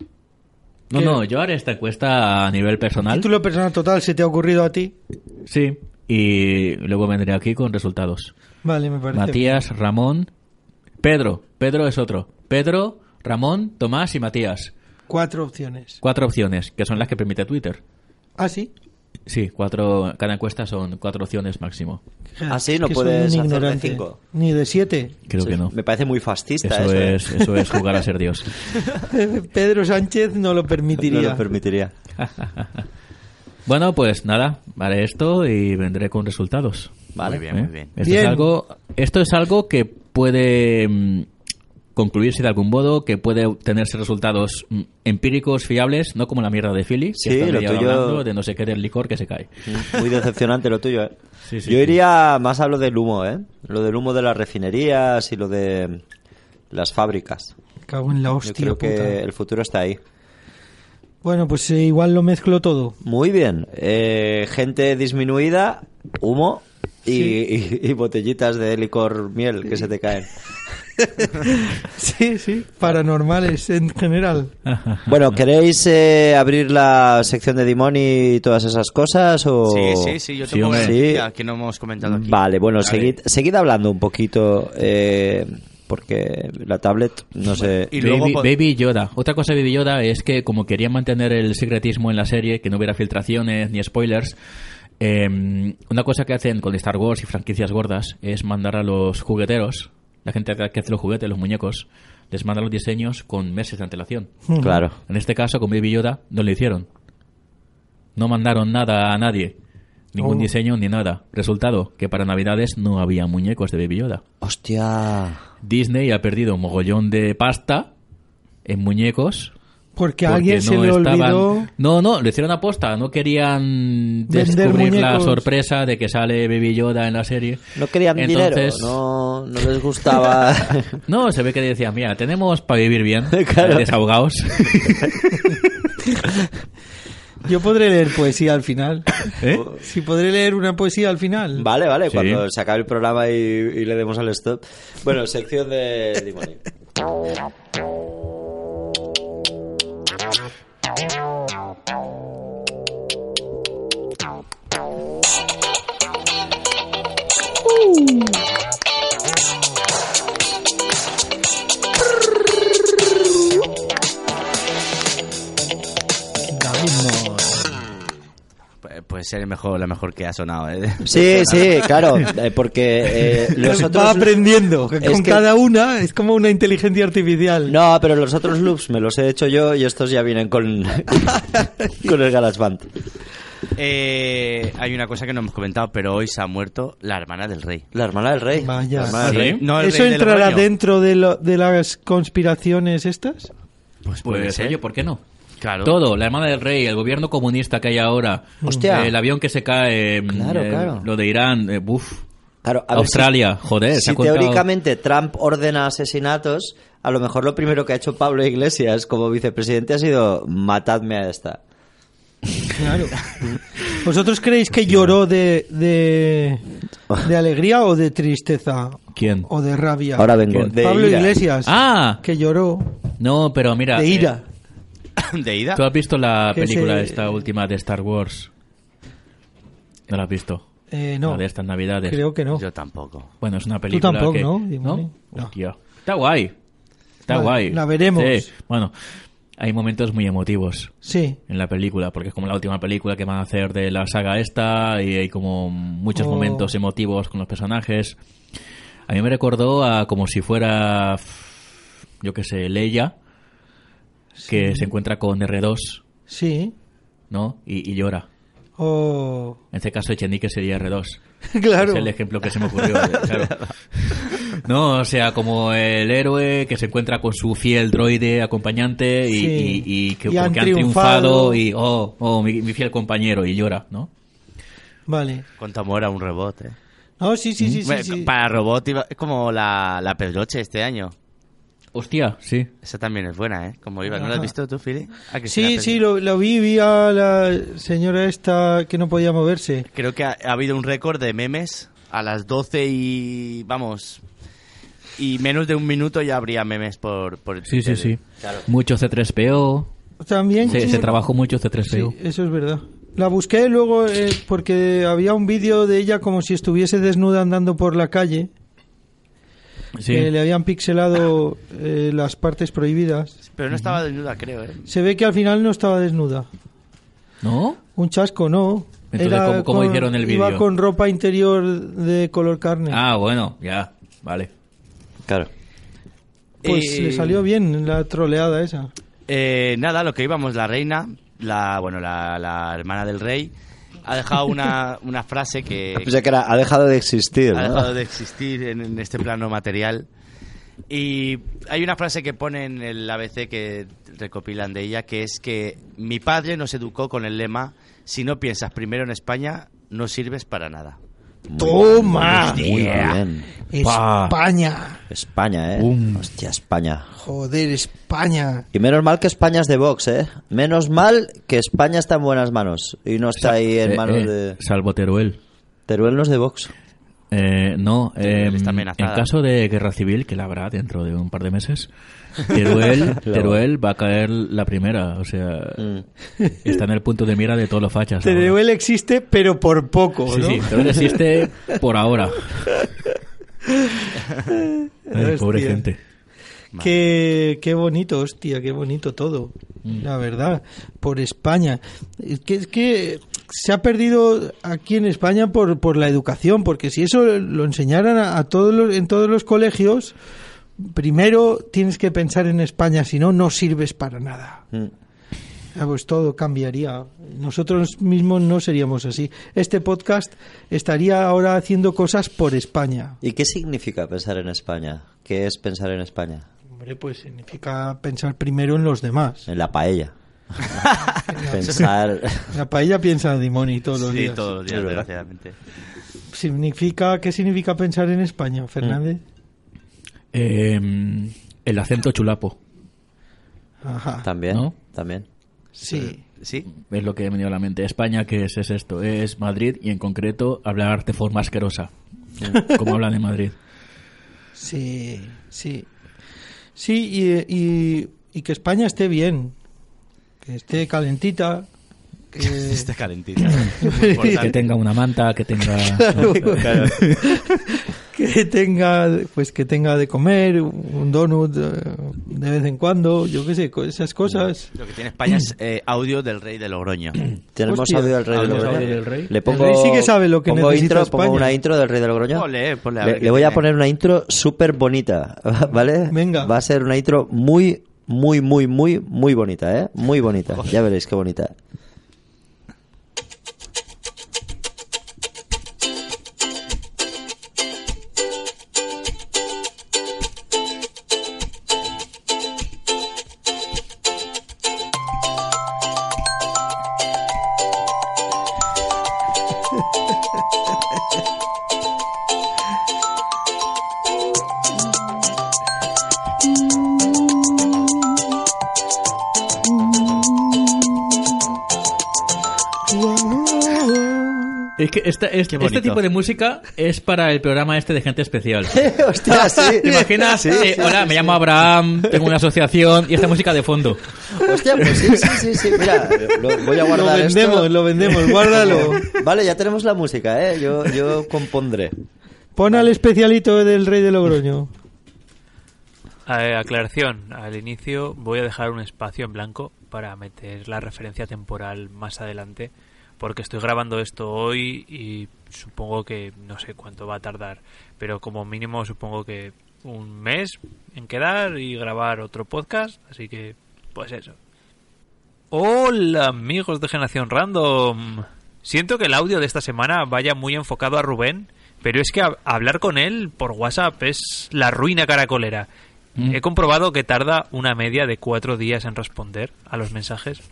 Speaker 4: No,
Speaker 3: ¿Qué?
Speaker 4: no, yo haré esta encuesta a nivel personal.
Speaker 3: Título personal total, ¿se te ha ocurrido a ti?
Speaker 4: Sí. Y luego vendré aquí con resultados.
Speaker 3: Vale, me parece.
Speaker 4: Matías, Ramón, Pedro. Pedro es otro. Pedro, Ramón, Tomás y Matías.
Speaker 3: Cuatro opciones.
Speaker 4: Cuatro opciones, que son las que permite Twitter.
Speaker 3: Ah, sí.
Speaker 4: Sí, cuatro. Cada encuesta son cuatro opciones máximo.
Speaker 2: Ah, sí, no
Speaker 3: Que soy
Speaker 2: puedes
Speaker 3: un
Speaker 2: hacer de
Speaker 3: ignorante.
Speaker 2: cinco.
Speaker 3: Ni de siete.
Speaker 4: Creo
Speaker 2: Sí,
Speaker 4: que no.
Speaker 2: Me parece muy fascista
Speaker 4: Eso
Speaker 2: eso. ¿eh?
Speaker 4: es, eso es jugar a ser Dios.
Speaker 3: Pedro Sánchez no lo permitiría.
Speaker 2: No lo permitiría.
Speaker 4: Bueno, pues nada, haré esto y vendré con resultados.
Speaker 2: Vale.
Speaker 5: Muy bien, muy
Speaker 4: ¿Eh?
Speaker 5: bien.
Speaker 4: Esto,
Speaker 3: Bien.
Speaker 4: Es algo, esto es algo que puede mm, concluirse de algún modo, que puede obtenerse resultados mm, empíricos, fiables, no como la mierda de Philly,
Speaker 2: Sí,
Speaker 4: que está
Speaker 2: lo
Speaker 4: media
Speaker 2: tuyo-
Speaker 4: hora hablando de no sé qué del licor que se cae.
Speaker 2: Muy decepcionante lo tuyo, ¿eh?
Speaker 4: Sí, sí,
Speaker 2: Yo
Speaker 4: sí.
Speaker 2: iría más a lo del humo, ¿eh? Lo del humo de las refinerías y lo de las fábricas.
Speaker 3: Cago en la
Speaker 2: Yo
Speaker 3: hostia.
Speaker 2: creo que
Speaker 3: puta.
Speaker 2: el futuro está ahí.
Speaker 3: Bueno, pues eh, igual lo mezclo todo.
Speaker 2: Muy bien. Eh, gente disminuida, humo y, y- y botellitas de licor miel que se te caen.
Speaker 3: Sí, sí. Paranormales en general.
Speaker 2: Bueno, ¿queréis eh, abrir la sección de Dimoni y todas esas cosas? O...
Speaker 5: Sí, sí, sí, yo
Speaker 4: Sí,
Speaker 5: tengo una
Speaker 2: hombre.
Speaker 5: noticia
Speaker 2: Oh. Sí.
Speaker 5: que no hemos comentado aquí.
Speaker 2: Vale, bueno,
Speaker 5: Vale.
Speaker 2: seguid, seguid hablando un poquito, eh, porque la tablet, no sé...
Speaker 5: Y luego
Speaker 4: Baby,
Speaker 5: pod-
Speaker 4: Baby Yoda. Otra cosa de Baby Yoda es que como querían mantener el secretismo en la serie, que no hubiera filtraciones ni spoilers, eh, una cosa que hacen con Star Wars y franquicias gordas es mandar a los jugueteros, la gente que hace los juguetes, los muñecos, les manda los diseños con meses de antelación.
Speaker 2: Claro.
Speaker 4: En este caso, con Baby Yoda, no lo hicieron. No mandaron nada a nadie. Ningún
Speaker 3: Oh.
Speaker 4: diseño ni nada. Resultado, que para Navidades no había muñecos de Baby Yoda.
Speaker 2: Hostia.
Speaker 4: Disney ha perdido un mogollón de pasta en muñecos. porque
Speaker 3: Porque a alguien se le
Speaker 4: estaban-
Speaker 3: olvidó.
Speaker 4: No, no, lo hicieron aposta. No querían
Speaker 3: Vender
Speaker 4: descubrir la
Speaker 3: muñecos.
Speaker 4: sorpresa de que sale Baby Yoda en la serie.
Speaker 2: No querían
Speaker 4: Entonces-
Speaker 2: dinero, no, no les gustaba.
Speaker 4: No, se ve que decían, mira, tenemos para vivir bien,
Speaker 2: Claro.
Speaker 4: desahogados.
Speaker 3: Yo podré leer poesía al final.
Speaker 4: ¿Eh?
Speaker 2: Pues,
Speaker 3: Si podré leer una poesía al final.
Speaker 2: vale, vale,
Speaker 4: Sí.
Speaker 2: cuando se acabe el programa y, y le demos al stop. Bueno, sección de Dimoni.
Speaker 3: David Moore.
Speaker 5: Pu- Puede ser el mejor, la mejor que ha sonado. ¿eh?
Speaker 2: Sí, sí, claro, eh, porque eh, los
Speaker 3: Va
Speaker 2: otros...
Speaker 3: aprendiendo. que
Speaker 2: Es
Speaker 3: con
Speaker 2: que-
Speaker 3: cada una es como una inteligencia artificial.
Speaker 2: No, pero los otros loops me los he hecho yo y estos ya vienen con, con el GarageBand.
Speaker 5: Eh, hay una cosa que no hemos comentado, pero hoy se ha muerto la hermana del rey.
Speaker 2: La hermana del rey.
Speaker 3: Vaya.
Speaker 2: La hermana del rey.
Speaker 4: ¿Sí?
Speaker 5: No el
Speaker 3: ¿Eso
Speaker 5: rey del
Speaker 3: entrará
Speaker 5: otoño.
Speaker 3: dentro de, lo- de las conspiraciones estas?
Speaker 5: Pues puede
Speaker 4: Pues
Speaker 5: ser.
Speaker 2: ¿eh?
Speaker 4: oye, ¿por qué no?
Speaker 5: Claro.
Speaker 4: Todo, la hermana del rey, el gobierno comunista que hay ahora,
Speaker 2: Hostia.
Speaker 4: eh, el avión que se cae, mm,
Speaker 2: Claro,
Speaker 4: eh,
Speaker 2: claro.
Speaker 4: lo de Irán, eh, buf.
Speaker 2: Claro, a ver
Speaker 4: Australia, joder,
Speaker 2: Si,
Speaker 4: se ha
Speaker 2: si
Speaker 4: contado-
Speaker 2: teóricamente Trump ordena asesinatos, a lo mejor lo primero que ha hecho Pablo Iglesias como vicepresidente ha sido matadme a esta.
Speaker 3: Claro. ¿Vosotros creéis que lloró de, de, de alegría o de tristeza?
Speaker 4: ¿Quién?
Speaker 3: ¿O de rabia?
Speaker 2: Ahora vengo.
Speaker 4: ¿Quién?
Speaker 2: De
Speaker 3: Pablo
Speaker 2: ira.
Speaker 3: Iglesias.
Speaker 4: Ah,
Speaker 3: Que lloró
Speaker 4: no, pero mira.
Speaker 3: de
Speaker 4: eh,
Speaker 3: ira.
Speaker 5: ¿De ida?
Speaker 4: ¿Tú has visto la
Speaker 3: Ah, Que
Speaker 4: película
Speaker 3: se-
Speaker 4: esta última de Star Wars? ¿No la has visto?
Speaker 3: Eh, no,
Speaker 4: La de estas navidades.
Speaker 3: creo que no.
Speaker 5: Yo tampoco.
Speaker 4: Bueno, es una película
Speaker 3: tampoco,
Speaker 4: que...
Speaker 3: ¿no, Dimoni? No.
Speaker 4: Hostia. Está guay. Está
Speaker 3: Vale,
Speaker 4: guay.
Speaker 3: la veremos.
Speaker 4: Sí. Bueno, hay momentos muy emotivos
Speaker 3: Sí.
Speaker 4: en la película, porque es como la última película que van a hacer de la saga esta y hay como muchos
Speaker 3: Oh.
Speaker 4: momentos emotivos con los personajes. A mí me recordó a como si fuera, yo qué sé, Leia, que se encuentra con R2,
Speaker 3: Sí.
Speaker 4: ¿no? Y, y llora.
Speaker 3: O...
Speaker 4: En este caso, Echenique sería R2.
Speaker 3: Claro.
Speaker 4: Es el ejemplo que se me ocurrió. eh, claro. No, o sea, como el héroe que se encuentra con su fiel droide acompañante y,
Speaker 3: Sí.
Speaker 4: y- y que
Speaker 3: Y
Speaker 4: porque
Speaker 3: han
Speaker 4: han
Speaker 3: triunfado.
Speaker 4: triunfado y, oh, oh, mi, mi fiel compañero, y llora, ¿no?
Speaker 3: Vale.
Speaker 5: Cuánto amor a un robot, ¿eh?
Speaker 3: No, sí, sí, sí, sí,
Speaker 5: Bueno,
Speaker 3: sí.
Speaker 5: Para robot iba- es como la, la Pedroche este año.
Speaker 4: Hostia, sí.
Speaker 5: Esa también es buena, ¿eh? Como iba. ¿No la has
Speaker 3: Ajá.
Speaker 5: visto tú, Fili? Ah, que
Speaker 3: Sí,
Speaker 5: la
Speaker 3: sí,
Speaker 5: Pedroche.
Speaker 3: lo, lo vi, vi a la señora esta que no podía moverse.
Speaker 5: Creo que ha, ha habido un récord de memes a las 12 y... Vamos... Y menos de un minuto ya habría memes por... por
Speaker 4: Sí, sí,
Speaker 5: Twitter.
Speaker 4: sí. Mucho C3PO,
Speaker 3: También.
Speaker 4: Se,
Speaker 3: sí.
Speaker 4: se trabajó mucho este 3
Speaker 3: Sí, eso es verdad. La busqué luego eh, porque había un vídeo de ella como si estuviese desnuda andando por la calle. que le habían pixelado eh, las partes prohibidas.
Speaker 5: Pero no estaba desnuda, creo, ¿eh?
Speaker 3: Se ve que al final no estaba desnuda.
Speaker 4: ¿No?
Speaker 3: Un chasco, no.
Speaker 4: Entonces, ¿cómo- cómo hicieron el
Speaker 3: Iba
Speaker 4: vídeo?
Speaker 3: con ropa interior de color carne.
Speaker 4: Ah, bueno, ya. Vale.
Speaker 2: Claro.
Speaker 3: pues
Speaker 5: Eh,
Speaker 3: le salió bien la troleada esa.
Speaker 5: Eh, nada, lo que íbamos, la reina, la bueno, la, la hermana del rey, ha dejado una, una frase que
Speaker 4: Pues
Speaker 2: O sea que era, ha dejado de existir,
Speaker 5: ha
Speaker 2: ¿no?
Speaker 5: dejado de existir en, en este plano material. Y hay una frase que pone en el ABC que recopilan de ella, que es que mi padre nos educó con el lema, si no piensas primero en España, no sirves para nada.
Speaker 2: Muy
Speaker 3: ¡Toma!
Speaker 2: bien, Muy
Speaker 3: Yeah.
Speaker 2: bien.
Speaker 4: Pa.
Speaker 3: España.
Speaker 2: España, ¿eh?
Speaker 4: Boom.
Speaker 2: Hostia, España.
Speaker 3: Joder, España.
Speaker 2: Y menos mal que España es de Vox, ¿eh? Menos mal que España está en buenas manos y no está ahí en
Speaker 4: Eh,
Speaker 2: manos
Speaker 4: eh,
Speaker 2: de...
Speaker 4: Salvo Teruel.
Speaker 2: Teruel no es de Vox.
Speaker 4: Eh, no,
Speaker 5: Teruel
Speaker 4: em,
Speaker 5: está
Speaker 4: en
Speaker 5: amenazada.
Speaker 4: caso de guerra civil, que la habrá dentro de un par de meses, Teruel, Teruel va a caer la primera. O sea,
Speaker 5: Mm.
Speaker 4: está en el punto de mira de todos los fachas. ahora.
Speaker 3: Teruel existe, pero por poco,
Speaker 4: Sí,
Speaker 3: ¿no?
Speaker 4: sí, Teruel existe por ahora. Ay, pobre
Speaker 3: Hostia.
Speaker 4: gente.
Speaker 3: Qué, qué bonito, hostia, qué bonito todo. La verdad, por España. Es que, es que se ha perdido aquí en España por, por la educación, porque si eso lo enseñaran a, a todos los, en todos los colegios, primero tienes que pensar en España, si no, no sirves para nada.
Speaker 2: Mm.
Speaker 3: Ah, Pues todo cambiaría. Nosotros mismos no seríamos así. Este podcast estaría ahora haciendo cosas por España.
Speaker 2: ¿Y qué significa pensar en España? ¿Qué es pensar en España?
Speaker 3: Hombre, pues significa pensar primero en los demás.
Speaker 2: En la paella. pensar...
Speaker 3: La paella piensa Dimoni todos los
Speaker 5: Sí,
Speaker 3: días.
Speaker 5: todos los
Speaker 2: Es
Speaker 5: días,
Speaker 2: verdad.
Speaker 5: desgraciadamente.
Speaker 3: Significa, ¿Qué significa pensar en España, Fernández?
Speaker 4: Em, el acento chulapo,
Speaker 3: Ajá.
Speaker 2: También,
Speaker 4: ¿No?
Speaker 2: también.
Speaker 3: Sí.
Speaker 5: ¿Sí?
Speaker 4: es lo que me dio a la mente. España, ¿qué es, es esto? Es Madrid y en concreto hablar de forma asquerosa,
Speaker 5: Mm.
Speaker 4: como hablan en Madrid.
Speaker 3: Sí, sí. Sí, y, y- y que España esté bien, que esté calentita, que,
Speaker 5: Está calentita. Muy
Speaker 4: Que
Speaker 5: importante.
Speaker 4: tenga una manta, que tenga...
Speaker 3: que tenga pues que tenga de comer un donut eh, de vez en cuando, yo qué sé, co- esas cosas.
Speaker 5: Lo que tiene España es eh, audio del rey de Logroño.
Speaker 2: Tenemos
Speaker 3: Hostia.
Speaker 2: audio del Rey de
Speaker 5: Tenemos
Speaker 2: Logroño.
Speaker 4: audio del Rey.
Speaker 2: Le pongo,
Speaker 3: El Rey sí que sabe lo que
Speaker 2: pongo
Speaker 3: necesita
Speaker 2: intro,
Speaker 3: España.
Speaker 2: Pongo una intro del Rey de Logroño.
Speaker 5: Ponle, ponle, a ver
Speaker 2: le,
Speaker 5: qué
Speaker 2: le voy a
Speaker 5: tiene.
Speaker 2: poner una intro súper bonita, ¿vale?
Speaker 3: Venga.
Speaker 2: Va a ser una intro muy, muy, muy, muy, muy bonita, ¿eh? Muy bonita. Ya veréis qué bonita.
Speaker 4: Es que esta- es- este
Speaker 5: bonito.
Speaker 4: tipo de música es para el programa este de gente especial.
Speaker 2: Hostia, sí.
Speaker 4: ¿Te imaginas?
Speaker 2: Sí,
Speaker 4: Eh,
Speaker 2: sí,
Speaker 4: hola,
Speaker 2: sí,
Speaker 4: me llamo Abraham, tengo una asociación y esta música de fondo.
Speaker 2: sí. Hostia, pues sí, sí, sí, sí. Mira, lo- voy a
Speaker 3: Lo
Speaker 2: guardar esto.
Speaker 3: vendemos, lo vendemos, guárdalo.
Speaker 2: Vale, ya tenemos la música, ¿eh? Yo, yo compondré.
Speaker 3: Pon al especialito del rey de Logroño.
Speaker 7: Eh, aclaración, al inicio voy a dejar un espacio en blanco para meter la referencia temporal más adelante, porque estoy grabando esto hoy y supongo que no sé cuánto va a tardar, pero como mínimo supongo que un mes en quedar y grabar otro podcast, así que pues eso. Hola amigos de Generación Random. Siento que el audio de esta semana vaya muy enfocado a Rubén, pero es que hab- hablar con él por WhatsApp es la ruina caracolera.
Speaker 4: Mm.
Speaker 7: He comprobado que tarda una media de cuatro días en responder a los mensajes
Speaker 4: Es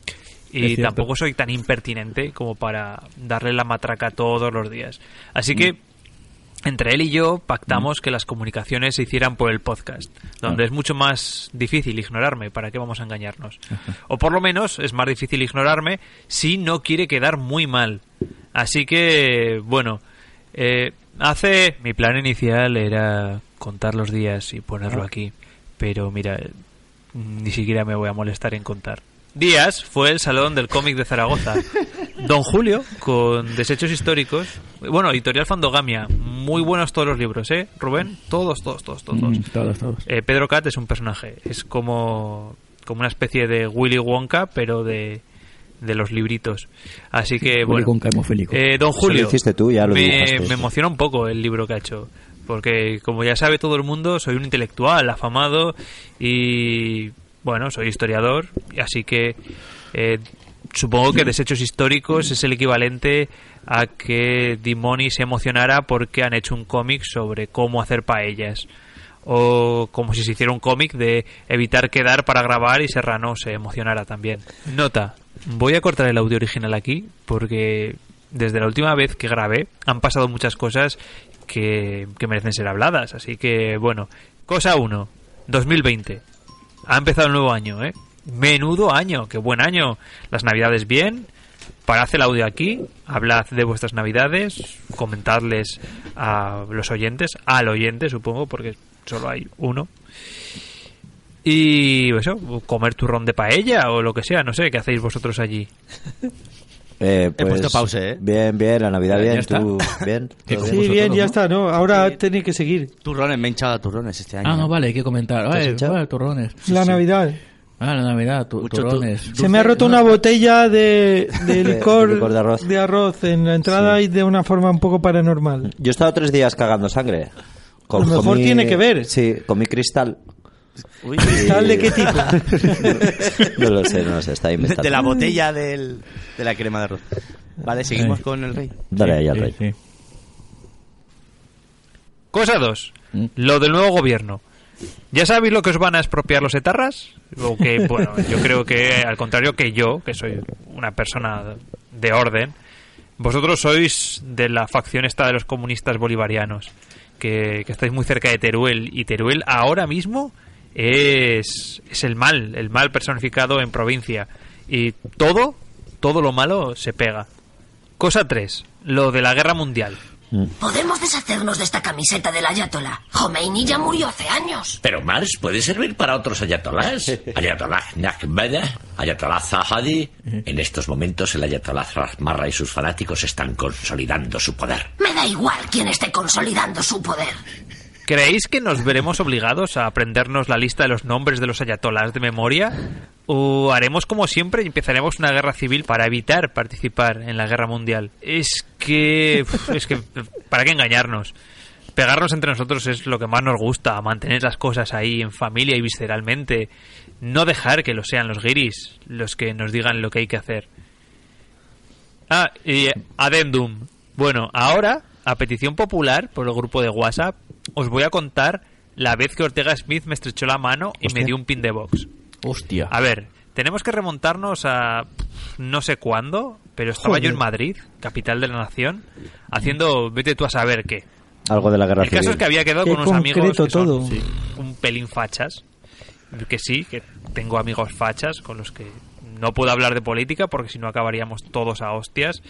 Speaker 7: y
Speaker 4: cierto.
Speaker 7: tampoco soy tan impertinente como para darle la matraca todos los días. Así
Speaker 4: Mm.
Speaker 7: que entre él y yo pactamos que las comunicaciones se hicieran por el podcast, donde es mucho más difícil ignorarme, ¿para qué vamos a engañarnos? O por lo menos es más difícil ignorarme si no quiere quedar muy mal. Así que, bueno, eh, hace... Mi plan inicial era contar los días y ponerlo aquí, pero mira, eh, ni siquiera me voy a molestar en contar. días fue el Salón del Cómic de Zaragoza. Don Julio, con Desechos Históricos. Bueno, editorial Fandogamia. Muy buenos todos los libros, ¿eh? Rubén, todos, todos, todos, todos.
Speaker 4: Mm, todos, todos.
Speaker 7: Eh, Pedro Cat es un personaje. Es como, como una especie de Willy Wonka, pero de, de los libritos. Así que,
Speaker 4: Julio
Speaker 7: bueno.
Speaker 4: Conca hemofílico.
Speaker 7: Eh, don Julio,
Speaker 2: lo hiciste tú, ya lo
Speaker 7: me,
Speaker 2: dibujaste.
Speaker 7: me emociona un poco el libro que ha hecho. Porque, como ya sabe todo el mundo, soy un intelectual afamado y, bueno, soy historiador. Así que eh, supongo que Desechos Históricos es el equivalente a que Dimoni se emocionara porque han hecho un cómic sobre cómo hacer paellas. O como si se hiciera un cómic de evitar quedar para grabar y Serrano se emocionara también. Nota, voy a cortar el audio original aquí porque desde la última vez que grabé han pasado muchas cosas que, que merecen ser habladas. Así que, bueno, cosa 1, 2020. Ha empezado el nuevo año, ¿eh? Menudo año, qué buen año. Las navidades bien. Parad el audio aquí, hablad de vuestras navidades, comentadles a los oyentes, al oyente supongo, porque solo hay uno. Y eso, comer turrón de paella o lo que sea, no sé, ¿qué hacéis vosotros allí?
Speaker 2: Eh, pues,
Speaker 5: puesto pause, ¿eh?
Speaker 2: Bien, bien, la Navidad
Speaker 4: Ya
Speaker 2: bien,
Speaker 4: está.
Speaker 2: tú bien.
Speaker 4: Que
Speaker 2: todo
Speaker 4: como
Speaker 2: bien.
Speaker 4: vosotros,
Speaker 3: Sí, bien, ya
Speaker 4: ¿no?
Speaker 3: está, ¿no? Ahora tiene que seguir.
Speaker 5: Turrones, me he hinchado a turrones este año.
Speaker 4: Ah, no, vale, hay que comentar.
Speaker 2: has
Speaker 4: Vale,
Speaker 2: hinchado?
Speaker 4: vale, turrones.
Speaker 3: La Navidad.
Speaker 4: Ah, la Navidad, tu-
Speaker 5: Mucho tu-
Speaker 4: turrones.
Speaker 3: Se me ha roto una botella de, de
Speaker 2: De- de
Speaker 3: licor,
Speaker 2: licor de arroz.
Speaker 3: arroz en la entrada y de una forma un poco paranormal.
Speaker 2: Yo he estado tres días cagando sangre.
Speaker 3: A lo mejor tiene que ver.
Speaker 2: Sí, comí cristal.
Speaker 5: Uy,
Speaker 3: ¿Tal de qué tipo?
Speaker 2: No lo sé, no lo sé, está ahí
Speaker 5: de la botella del, de la crema de arroz. Vale, seguimos
Speaker 4: Sí.
Speaker 5: con el rey.
Speaker 2: Dale ahí al
Speaker 4: Sí,
Speaker 2: rey.
Speaker 4: sí.
Speaker 7: Cosa 2.
Speaker 4: Mm.
Speaker 7: Lo del nuevo gobierno. ¿Ya sabéis lo que os van a expropiar los etarras? O que, bueno, yo creo que, al contrario que yo, que soy una persona de orden, vosotros sois de la facción esta de los comunistas bolivarianos, que, que estáis muy cerca de Teruel, y Teruel ahora mismo es, es el mal, el mal personificado en provincia. Y todo, todo lo malo se pega. Cosa 3. Lo de la guerra mundial.
Speaker 8: Podemos deshacernos de esta camiseta del Ayatollah. Khomeini ya murió hace años.
Speaker 9: Pero Mars puede servir para otros ayatolás. Ayatollah Nakbada, Ayatollah Zahadi. En estos momentos el Ayatollah Rahmarra y sus fanáticos están consolidando su poder.
Speaker 8: Me da igual quién esté consolidando su poder.
Speaker 7: ¿Creéis que nos veremos obligados a aprendernos la lista de los nombres de los ayatolás de memoria? ¿O haremos como siempre y empezaremos una guerra civil para evitar participar en la guerra mundial? Es que. uf, Es que. ¿Para qué engañarnos? Pegarnos entre nosotros es lo que más nos gusta, mantener las cosas ahí en familia y visceralmente. No dejar que lo sean los guiris los que nos digan lo que hay que hacer. Ah, y eh, adendum. Bueno, ahora, a petición popular por el grupo de WhatsApp, os voy a contar la vez que Ortega Smith me estrechó la mano y me dio un pin de box.
Speaker 4: Hostia.
Speaker 2: Ah,
Speaker 7: A ver, tenemos que remontarnos a pff, no sé cuándo, pero estaba yo en Madrid, capital de la nación, haciendo vete tú a saber qué.
Speaker 2: Algo de la guerra
Speaker 7: El caso es
Speaker 2: civil.
Speaker 7: que había quedado
Speaker 3: Qué
Speaker 7: con unos amigos
Speaker 3: concreto
Speaker 7: que son,
Speaker 3: todo.
Speaker 7: sí, un pelín fachas. Que sí, que tengo amigos fachas con los que no puedo hablar de política porque si no acabaríamos todos a hostias.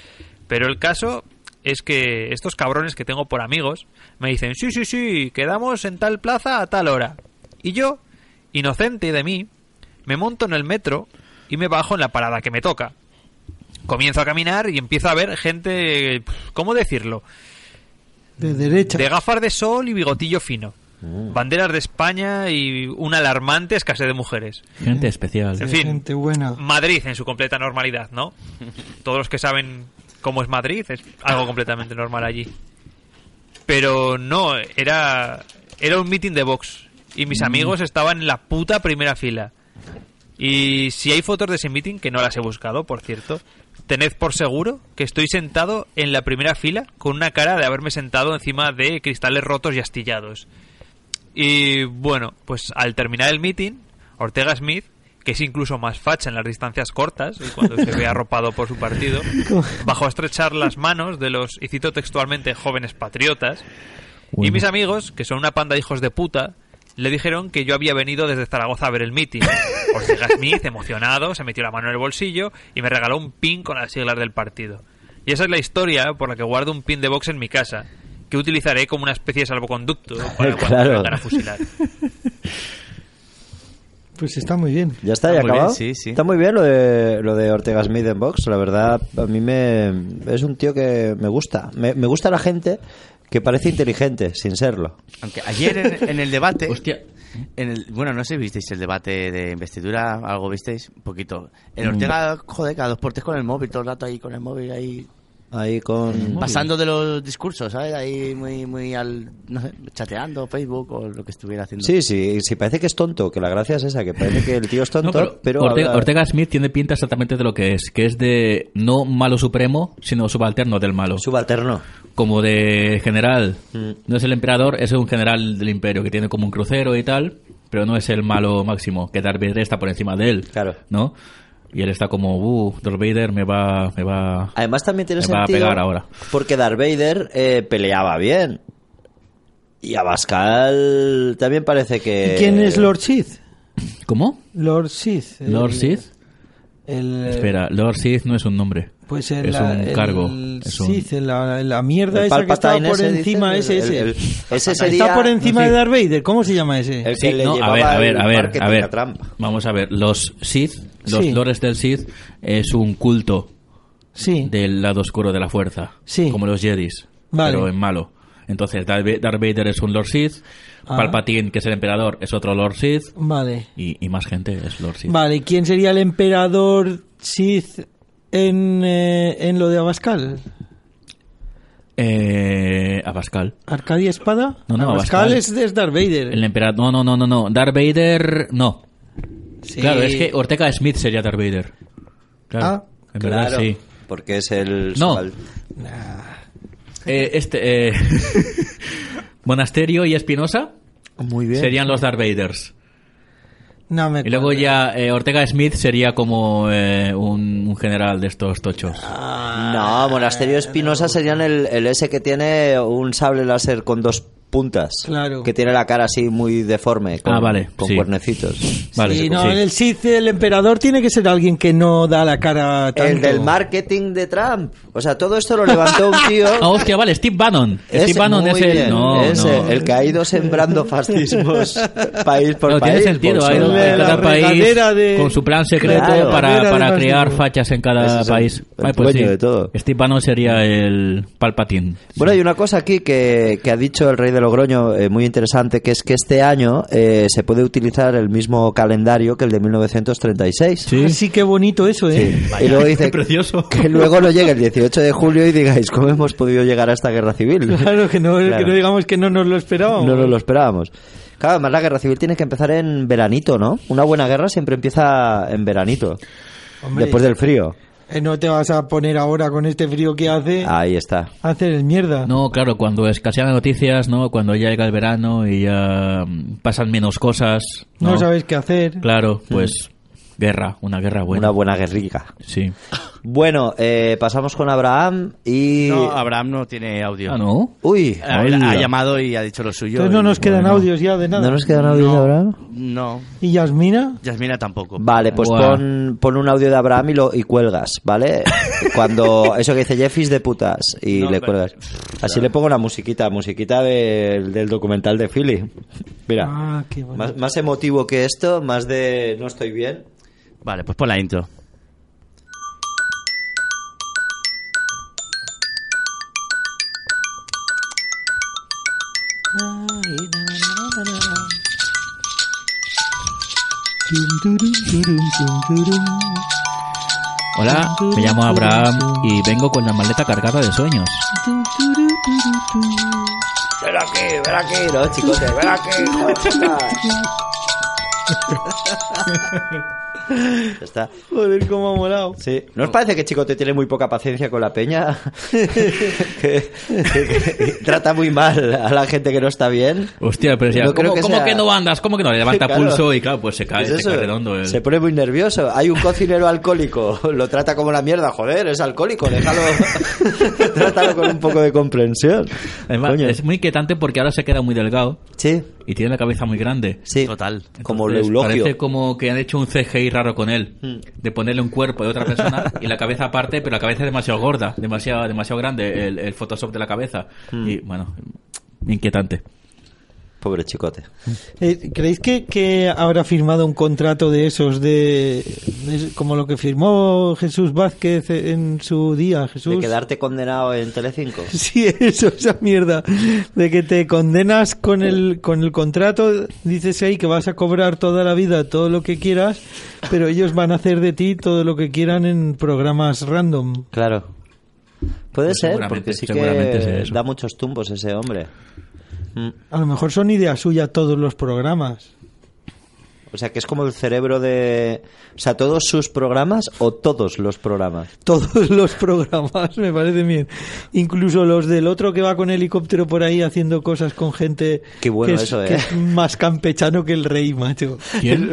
Speaker 7: Pero el caso es que estos cabrones que tengo por amigos me dicen, sí, sí, sí, quedamos en tal plaza a tal hora. Y yo, inocente de mí, me monto en el metro y me bajo en la parada que me toca. Comienzo a caminar y empiezo a ver gente, pf, ¿cómo decirlo?
Speaker 3: De derecha.
Speaker 7: De gafas de sol y bigotillo fino. Banderas de España y una alarmante escasez de mujeres.
Speaker 4: Gente especial.
Speaker 7: En fin.
Speaker 3: Gente buena.
Speaker 7: Madrid en su completa normalidad, ¿no? Todos los que saben cómo es Madrid es algo completamente normal allí. Pero no, era era un meeting de box y mis amigos estaban en la puta primera fila. Y si hay fotos de ese meeting que no las he buscado, por cierto, tened por seguro que estoy sentado en la primera fila con una cara de haberme sentado encima de cristales rotos y astillados. Y bueno, pues al terminar el meeting, Ortega Smith, que es incluso más facha en las distancias cortas y cuando se ve arropado por su partido, bajó a estrechar las manos de los, y cito textualmente, jóvenes patriotas. Y mis amigos, que son una panda de hijos de puta, le dijeron que yo había venido desde Zaragoza a ver el meeting. Ortega Smith, emocionado, se metió la mano en el bolsillo y me regaló un pin con las siglas del partido. Y esa es la historia por la que guardo un pin de box en mi casa, que utilizaré como una especie de salvoconducto para cuando
Speaker 2: Claro.
Speaker 7: me vengan a fusilar.
Speaker 3: Pues está muy bien.
Speaker 2: Ya está, ya
Speaker 5: Está muy
Speaker 2: acabado.
Speaker 5: bien, sí, sí.
Speaker 2: Está muy bien lo de, lo de Ortega Smith en Vox. La verdad, a mí me, es un tío que me gusta. Me, me gusta la gente que parece inteligente, sin serlo.
Speaker 5: Aunque ayer en, en el debate.
Speaker 4: Hostia.
Speaker 5: En el, bueno, no sé, ¿visteis el debate de investidura? ¿Algo visteis? Un poquito. El Ortega, joder, cada dos por tres con el móvil, todo el rato ahí con el móvil, ahí.
Speaker 2: Ahí con...
Speaker 5: Pasando de los discursos, ¿sabes? Ahí muy, muy al. No sé, chateando, Facebook o lo que estuviera haciendo.
Speaker 2: Sí, sí, sí, parece que es tonto, que la gracia es esa, que parece que el tío es tonto,
Speaker 4: No,
Speaker 2: pero...
Speaker 4: Ortega,
Speaker 2: habla-
Speaker 4: Ortega Smith tiene pinta exactamente de lo que es, que es de no malo supremo, sino subalterno del malo.
Speaker 2: Subalterno.
Speaker 4: como de general.
Speaker 2: Mm.
Speaker 4: No es el emperador, es un general del imperio que tiene como un crucero y tal, pero no es el malo máximo, que Darth Vader está por encima de él.
Speaker 2: Claro.
Speaker 4: ¿No? Y él está como, uh, Darth Vader me va, me va...
Speaker 2: Además también tiene
Speaker 4: Me va a
Speaker 2: sentido
Speaker 4: pegar ahora.
Speaker 2: porque Darth Vader eh, peleaba bien. Y Abascal también parece que...
Speaker 3: ¿Y quién es Lord Sith?
Speaker 4: ¿Cómo?
Speaker 3: Lord Sith. el-
Speaker 4: Lord Sith.
Speaker 3: el-
Speaker 4: Espera, Lord Sith no es un nombre.
Speaker 3: Pues el,
Speaker 4: es un
Speaker 3: el
Speaker 4: cargo. es un-
Speaker 3: Sith, la, la mierda
Speaker 2: El
Speaker 3: esa que estaba
Speaker 2: Palpatine
Speaker 3: por
Speaker 2: ese,
Speaker 3: encima,
Speaker 2: dicen,
Speaker 3: ese,
Speaker 2: el-
Speaker 3: ese.
Speaker 2: el- ese
Speaker 3: está
Speaker 2: sería-
Speaker 3: por encima
Speaker 2: no, sí.
Speaker 3: de Darth Vader. ¿cómo se llama ese?
Speaker 2: El que le
Speaker 4: no, a
Speaker 2: llevaba
Speaker 4: ver, a ver,
Speaker 2: el
Speaker 4: a ver,
Speaker 2: marketing
Speaker 4: a ver.
Speaker 2: atrás.
Speaker 4: Vamos a ver, los Sith, los
Speaker 3: Sí.
Speaker 4: lores del Sith, es un culto
Speaker 3: sí,
Speaker 4: del lado oscuro de la fuerza.
Speaker 3: Sí.
Speaker 4: Como los Jedis.
Speaker 3: Vale.
Speaker 4: Pero en malo. Entonces, Darth Va- Darth Vader es un Lord Sith.
Speaker 3: Ah.
Speaker 4: Palpatine, que es el emperador, es otro Lord Sith.
Speaker 3: vale.
Speaker 4: Y, y más gente es Lord Sith.
Speaker 3: Vale, ¿quién sería el emperador Sith en, eh, en lo de Abascal?
Speaker 4: Eh, Abascal.
Speaker 3: ¿Arcadia Espada?
Speaker 4: No, no,
Speaker 3: Abascal,
Speaker 4: Abascal.
Speaker 3: es, es Darth Vader.
Speaker 4: El emperador. No, no, no, no, no. Darth Vader. No.
Speaker 3: Sí.
Speaker 4: Claro, es que Ortega Smith sería Darth Vader. Claro.
Speaker 3: Ah,
Speaker 4: en verdad,
Speaker 2: Claro,
Speaker 4: sí.
Speaker 2: Porque es el...
Speaker 4: No.
Speaker 2: subal-
Speaker 4: Eh, este. eh, Monasterio y Espinosa
Speaker 2: Muy bien.
Speaker 4: serían los Darth Vaders.
Speaker 3: No me
Speaker 4: Y luego
Speaker 3: cuadra.
Speaker 4: ya eh, Ortega Smith sería como eh, un, un general de estos tochos.
Speaker 2: Ah,
Speaker 3: Ah,
Speaker 2: No, Monasterio Espinosa serían el, el ese que tiene un sable láser con dos puntas.
Speaker 3: Claro.
Speaker 2: Que tiene la cara así muy deforme, con,
Speaker 4: Ah, vale,
Speaker 2: con
Speaker 4: sí.
Speaker 2: cuernecitos.
Speaker 4: Vale,
Speaker 3: Sí,
Speaker 4: sí.
Speaker 3: no, el Sith, el emperador, tiene que ser alguien que no da la cara tanto.
Speaker 2: El del marketing de Trump. O sea, todo esto lo levantó un tío...
Speaker 4: Ah, hostia, vale, Steve Bannon. Steve Bannon
Speaker 2: muy
Speaker 4: es el.
Speaker 2: bien,
Speaker 4: no,
Speaker 2: es
Speaker 4: no.
Speaker 2: el que ha ido sembrando fascismos país por
Speaker 4: No,
Speaker 2: país.
Speaker 4: tiene sentido.
Speaker 2: por
Speaker 4: Hay
Speaker 2: su-
Speaker 3: Bolsonaro.
Speaker 4: en cada
Speaker 3: La
Speaker 4: país
Speaker 3: regadera de-
Speaker 4: con su plan secreto
Speaker 2: Claro.
Speaker 4: para,
Speaker 3: Regadera de
Speaker 4: para
Speaker 3: más
Speaker 4: crear
Speaker 3: dinero.
Speaker 4: fachas en
Speaker 2: Ese
Speaker 4: cada
Speaker 2: es el-
Speaker 4: país.
Speaker 2: el
Speaker 4: Ay, pues
Speaker 2: dueño
Speaker 4: sí.
Speaker 2: de todo.
Speaker 4: Steve Bannon sería el Palpatín.
Speaker 2: Bueno, hay una cosa aquí que, que ha dicho el rey de Logroño eh, muy interesante, que es que este año eh, se puede utilizar el mismo calendario que el de 1936.
Speaker 3: Ah, Sí, que bonito eso, ¿eh?
Speaker 2: y luego dice
Speaker 4: qué precioso.
Speaker 2: que luego no llegue el 18 de julio y digáis, ¿cómo hemos podido llegar a esta guerra civil?
Speaker 3: Claro, que no,
Speaker 2: Claro.
Speaker 3: que no digamos que no eh. nos lo esperábamos.
Speaker 2: No nos lo esperábamos. Claro, además la guerra civil tiene que empezar en veranito, ¿no? Una buena guerra siempre empieza en veranito,
Speaker 3: Hombre,
Speaker 2: después del frío.
Speaker 3: eh, no te vas a poner ahora con este frío que hace
Speaker 2: Ahí está.
Speaker 3: a hacer el mierda.
Speaker 4: No, claro, cuando escasean las noticias, ¿no? Cuando ya llega el verano y ya mm, pasan menos cosas.
Speaker 3: No sabes qué hacer.
Speaker 4: Claro, pues guerra, una guerra buena.
Speaker 2: Una buena guerrica.
Speaker 4: Sí.
Speaker 2: Bueno, eh, pasamos con Abraham y...
Speaker 5: No, eh, Abraham no tiene audio.
Speaker 4: Ah, ¿no?
Speaker 2: Uy,
Speaker 5: Ha, ha
Speaker 2: hola.
Speaker 5: llamado y ha dicho lo suyo.
Speaker 3: Entonces no
Speaker 5: y-
Speaker 3: nos quedan audios ya de nada.
Speaker 2: ¿No nos quedan audios de Abraham?
Speaker 5: No,
Speaker 3: ¿Y Yasmina?
Speaker 5: Yasmina tampoco.
Speaker 2: Vale, pues
Speaker 4: Buah.
Speaker 2: pon, pon un audio de Abraham y, lo, y cuelgas, ¿vale? Cuando eso que dice Jeffys de putas y
Speaker 5: No,
Speaker 2: le
Speaker 5: pero-
Speaker 2: cuelgas. Así le pongo una musiquita, musiquita del- del documental de Philly. Mira,
Speaker 3: Ah, qué bueno.
Speaker 2: más, más emotivo que esto, más de no estoy bien.
Speaker 5: Vale, pues pon la intro.
Speaker 4: Hola, me llamo Abraham y vengo con la maleta cargada de sueños.
Speaker 2: Ven aquí, ven aquí, no,
Speaker 4: Este
Speaker 2: chicote, ven aquí, hijo de puta. Ya está.
Speaker 3: Joder, cómo ha molado.
Speaker 2: Sí. ¿No os parece que Chicote tiene muy poca paciencia con la peña? que, que- que trata muy mal a la gente que no está bien.
Speaker 4: Hostia, pero ya,
Speaker 2: No creo
Speaker 4: ¿cómo,
Speaker 2: que
Speaker 4: que,
Speaker 2: sea-
Speaker 4: que no andas? ¿Cómo que no? Le levanta
Speaker 2: Claro.
Speaker 4: pulso y claro, pues se cae,
Speaker 2: Es
Speaker 4: se
Speaker 2: eso,
Speaker 4: cae redondo. eh. el-
Speaker 2: Se pone muy nervioso. Hay un cocinero alcohólico, lo trata como la mierda, joder, es alcohólico, déjalo. Trátalo con un poco de comprensión.
Speaker 4: Además,
Speaker 2: Coño.
Speaker 4: es muy inquietante porque ahora se queda muy delgado
Speaker 2: Sí,
Speaker 4: y tiene la cabeza muy grande.
Speaker 2: sí.
Speaker 5: Total.
Speaker 2: Como
Speaker 4: Entonces,
Speaker 2: Leulogio.
Speaker 4: Parece como que han hecho un CGI raro con él.
Speaker 2: Mm.
Speaker 4: De ponerle un cuerpo de otra persona y la cabeza aparte, pero la cabeza es demasiado gorda, demasiado,
Speaker 2: Mm.
Speaker 4: demasiado grande, el, el Photoshop de la cabeza. Y bueno, inquietante.
Speaker 2: Pobre chicote.
Speaker 3: Eh, ¿Creéis que, que habrá firmado un contrato de esos, de, de- como lo que firmó Jesús Vázquez en su día? Jesús.
Speaker 2: De quedarte condenado en Telecinco.
Speaker 3: Sí, eso, esa mierda. De que te condenas con el, con el contrato, dices ahí que vas a cobrar toda la vida todo lo que quieras, pero ellos van a hacer de ti todo lo que quieran en programas random.
Speaker 2: Claro. Puede
Speaker 4: Pues
Speaker 2: ser,
Speaker 4: seguramente-
Speaker 2: porque sí
Speaker 4: seguramente sea
Speaker 2: que
Speaker 4: eso.
Speaker 2: da muchos tumbos ese hombre. Mm.
Speaker 3: A lo mejor son idea suya todos los programas.
Speaker 2: O sea, que es como el cerebro de... O sea, todos sus programas o todos los programas.
Speaker 3: Todos los programas, me parece bien. Incluso los del otro que va con helicóptero por ahí haciendo cosas con gente
Speaker 2: Qué bueno
Speaker 3: que, es,
Speaker 2: eso, ¿eh?
Speaker 3: que es más campechano que el rey, macho.
Speaker 4: ¿Quién?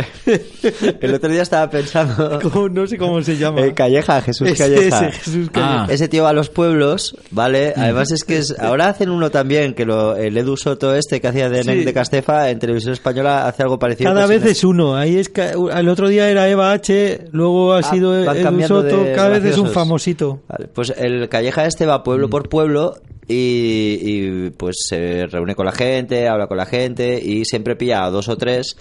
Speaker 2: El otro día estaba pensando...
Speaker 3: Como- no sé cómo se llama.
Speaker 2: Eh, Calleja, Jesús
Speaker 3: Ese,
Speaker 2: Calleja.
Speaker 3: ese, Jesús
Speaker 4: Ah.
Speaker 2: Ese tío va a los pueblos, ¿vale? Además es que es- ahora hacen uno también, que lo, el Edu Soto este que hacía de Nel
Speaker 3: Sí.
Speaker 2: de Castefa en televisión española hace algo parecido.
Speaker 3: Cada
Speaker 2: que
Speaker 3: vez es uno. Ahí es ca- el otro día era Eva H, luego ha
Speaker 2: Ah,
Speaker 3: sido
Speaker 2: van
Speaker 3: Edu
Speaker 2: cambiando
Speaker 3: Soto,
Speaker 2: de
Speaker 3: cada vez es un
Speaker 2: graciosos.
Speaker 3: famosito.
Speaker 2: Vale, pues el Calleja este va pueblo por pueblo y, y, pues se reúne con la gente, habla con la gente y siempre pilla a dos o tres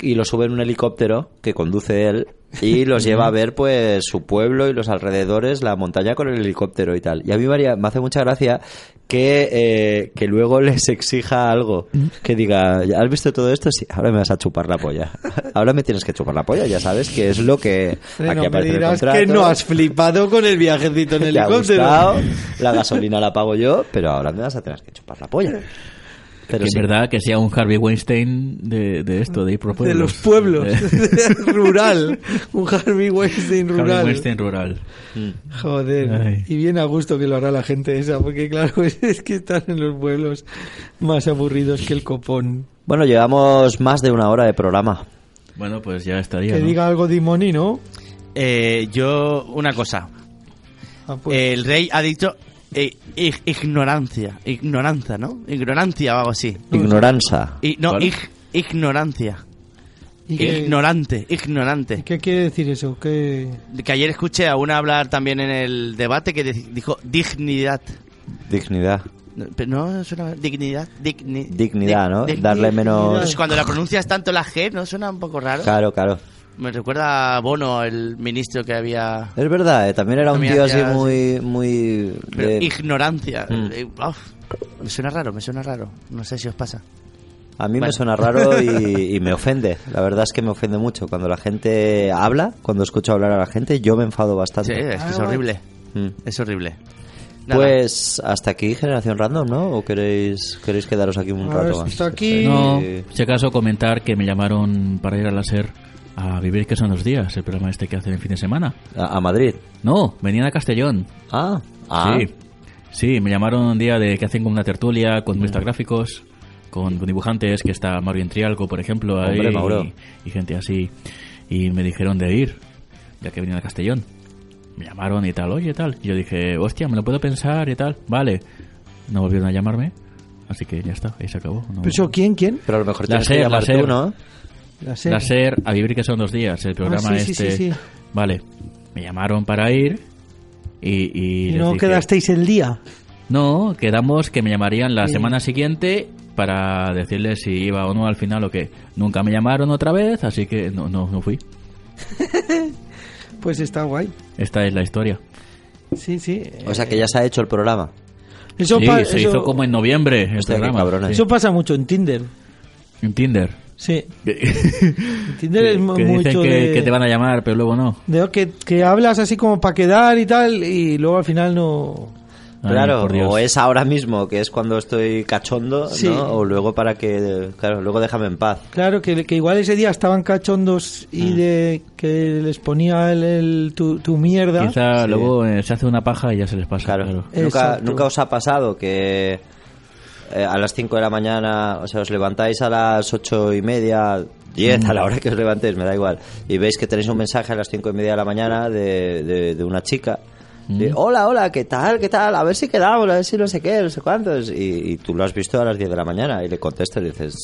Speaker 2: y los sube en un helicóptero que conduce él y los lleva a ver pues su pueblo y los alrededores, la montaña con el helicóptero y tal. Y a mí María, me hace mucha gracia que, eh, que luego les exija algo, que diga, ¿has visto todo esto? Sí, ahora me vas a chupar la polla. Ahora me tienes que chupar la polla, ya sabes que es lo que
Speaker 3: Eh,
Speaker 2: aquí
Speaker 3: no me
Speaker 2: aparece en el
Speaker 3: dirás
Speaker 2: contrato.
Speaker 3: que no has flipado con el viajecito en
Speaker 2: Te ha
Speaker 3: helicóptero.
Speaker 2: gustado, la gasolina la pago yo, pero ahora me vas a tener que chupar la polla. Pero
Speaker 4: que
Speaker 2: sí.
Speaker 4: es verdad que sea un Harvey Weinstein de, de esto, de ir por
Speaker 3: De
Speaker 4: pueblos.
Speaker 3: los pueblos.
Speaker 4: Eh,
Speaker 3: rural. Un Harvey Weinstein
Speaker 4: Harvey
Speaker 3: rural.
Speaker 4: Weinstein rural.
Speaker 3: Joder.
Speaker 4: Ay.
Speaker 3: Y bien a gusto que lo hará la gente esa, porque claro, es que están en los pueblos más aburridos que el copón.
Speaker 2: Bueno, llevamos más de una hora de programa.
Speaker 4: Bueno, pues ya estaría.
Speaker 3: Que
Speaker 4: ¿no?
Speaker 3: diga algo Dimoni, ¿no?
Speaker 5: Eh, yo, una cosa.
Speaker 3: Ah, pues,
Speaker 5: El rey ha dicho eh, ig- ignorancia. Ignoranza, ¿no? Ignorancia o algo así.
Speaker 2: Ignoranza.
Speaker 5: Y, no,
Speaker 4: ¿Cuál?
Speaker 5: ig- ignorancia.
Speaker 3: ¿y qué-
Speaker 5: Ignorante, ignorante.
Speaker 3: ¿Qué quiere decir eso? ¿Qué...
Speaker 5: Que ayer escuché a una hablar también en el debate que de- dijo dignidad.
Speaker 2: Dignidad.
Speaker 5: No, pero no suena dignidad, digni-
Speaker 2: Dignidad,
Speaker 5: dig-
Speaker 2: ¿no?
Speaker 5: digni-
Speaker 2: Darle menos...
Speaker 5: Pues cuando la pronuncias tanto la G, ¿no suena un poco raro?
Speaker 2: Claro, claro.
Speaker 5: Me recuerda a Bono, el ministro que había...
Speaker 2: Es verdad, eh, también era un
Speaker 5: También
Speaker 2: tío así
Speaker 5: hacía-
Speaker 2: muy... muy
Speaker 5: Pero
Speaker 2: de-
Speaker 5: ignorancia.
Speaker 2: Mm.
Speaker 5: eh, uf, me suena raro, me suena raro. No sé si os pasa.
Speaker 2: A mí me
Speaker 5: Bueno.
Speaker 2: suena raro y, y me ofende. La verdad es que me ofende mucho. Cuando la gente habla, cuando escucho hablar a la gente, yo me enfado
Speaker 5: Sí,
Speaker 2: bastante.
Speaker 5: es que es horrible.
Speaker 2: Mm.
Speaker 5: Es horrible. Nada.
Speaker 2: Pues hasta aquí Generación Random, ¿no? ¿O queréis, queréis quedaros aquí un
Speaker 3: A ver,
Speaker 2: rato más?
Speaker 3: hasta aquí.
Speaker 4: No,
Speaker 2: Eh,
Speaker 4: si acaso comentar que me llamaron para ir a la SER a vivir que son los días, el programa este que hacen el fin de semana.
Speaker 2: A, a Madrid.
Speaker 4: No, venían a Castellón.
Speaker 2: Ah, ah.
Speaker 4: Sí. Sí, me llamaron un día de que hacen como una tertulia
Speaker 2: Mm.
Speaker 4: con muestras gráficos, con, con dibujantes, que está Mario Entrialco, por ejemplo, ahí,
Speaker 2: Hombre, Mauro.
Speaker 4: y, y gente así. Y me dijeron de ir, ya que venían a Castellón. Me llamaron y tal, oye, tal. Y yo dije, hostia, me lo puedo pensar y tal. Vale. No volvieron a llamarme, así que ya está, ahí se acabó. No-
Speaker 3: ¿Pero eso quién? ¿Quién?
Speaker 2: Pero a lo mejor
Speaker 4: La
Speaker 2: tienes
Speaker 4: SER,
Speaker 2: que
Speaker 4: la
Speaker 2: llamar tú,
Speaker 4: SER.
Speaker 2: ¿no?
Speaker 3: La serie.
Speaker 4: la SER a vivir que son dos días, el programa
Speaker 3: Ah, sí, sí,
Speaker 4: este.
Speaker 3: sí, sí.
Speaker 4: Vale, me llamaron para ir y... y
Speaker 3: ¿Y
Speaker 4: les
Speaker 3: no
Speaker 4: dije-
Speaker 3: quedasteis el día?
Speaker 4: No, quedamos que me llamarían la
Speaker 3: Sí.
Speaker 4: semana siguiente para decirles si iba o no al final o qué. Nunca me llamaron otra vez, así que no, no, no fui.
Speaker 3: Pues está guay.
Speaker 4: Esta es la historia.
Speaker 3: Sí, sí.
Speaker 2: O sea que ya se ha hecho el programa.
Speaker 3: Eso,
Speaker 4: Sí,
Speaker 3: pa-
Speaker 4: se
Speaker 3: eso-
Speaker 4: hizo como en noviembre el
Speaker 2: Hostia, qué
Speaker 4: programa.
Speaker 2: cabrones.
Speaker 4: Sí.
Speaker 3: eso pasa mucho en Tinder.
Speaker 4: En Tinder.
Speaker 3: Sí.
Speaker 4: que
Speaker 3: En Tinder es mu-
Speaker 4: dicen
Speaker 3: mucho
Speaker 4: que,
Speaker 3: de...
Speaker 4: que te van a llamar, pero luego no.
Speaker 3: de que, que hablas así como para quedar y tal, y luego al final no...
Speaker 4: Ay,
Speaker 2: claro,
Speaker 4: por Dios.
Speaker 2: o es ahora mismo, que es cuando estoy cachondo,
Speaker 3: Sí.
Speaker 2: ¿no? O luego para que... Claro, luego déjame en paz.
Speaker 3: Claro, que, que igual ese día estaban cachondos
Speaker 4: Ah.
Speaker 3: y de que les ponía el, el- tu, tu mierda.
Speaker 4: Quizá
Speaker 2: Sí.
Speaker 4: luego eh, se hace una paja y ya se les pasa.
Speaker 2: Claro.
Speaker 4: claro.
Speaker 2: ¿Nunca,
Speaker 3: Exacto.
Speaker 2: nunca os ha pasado que eh, a las 5 de la mañana, o sea, os levantáis a las 8 y media, 10, a la hora que os levantéis, me da igual, y veis que tenéis un mensaje a las 5 y media de la mañana de, de- de una chica? de, hola, hola, ¿qué tal? ¿Qué tal? A ver si quedamos, a ver si no sé qué, no sé cuántos. Y, y tú lo has visto a las 10 de la mañana y le contestas y dices,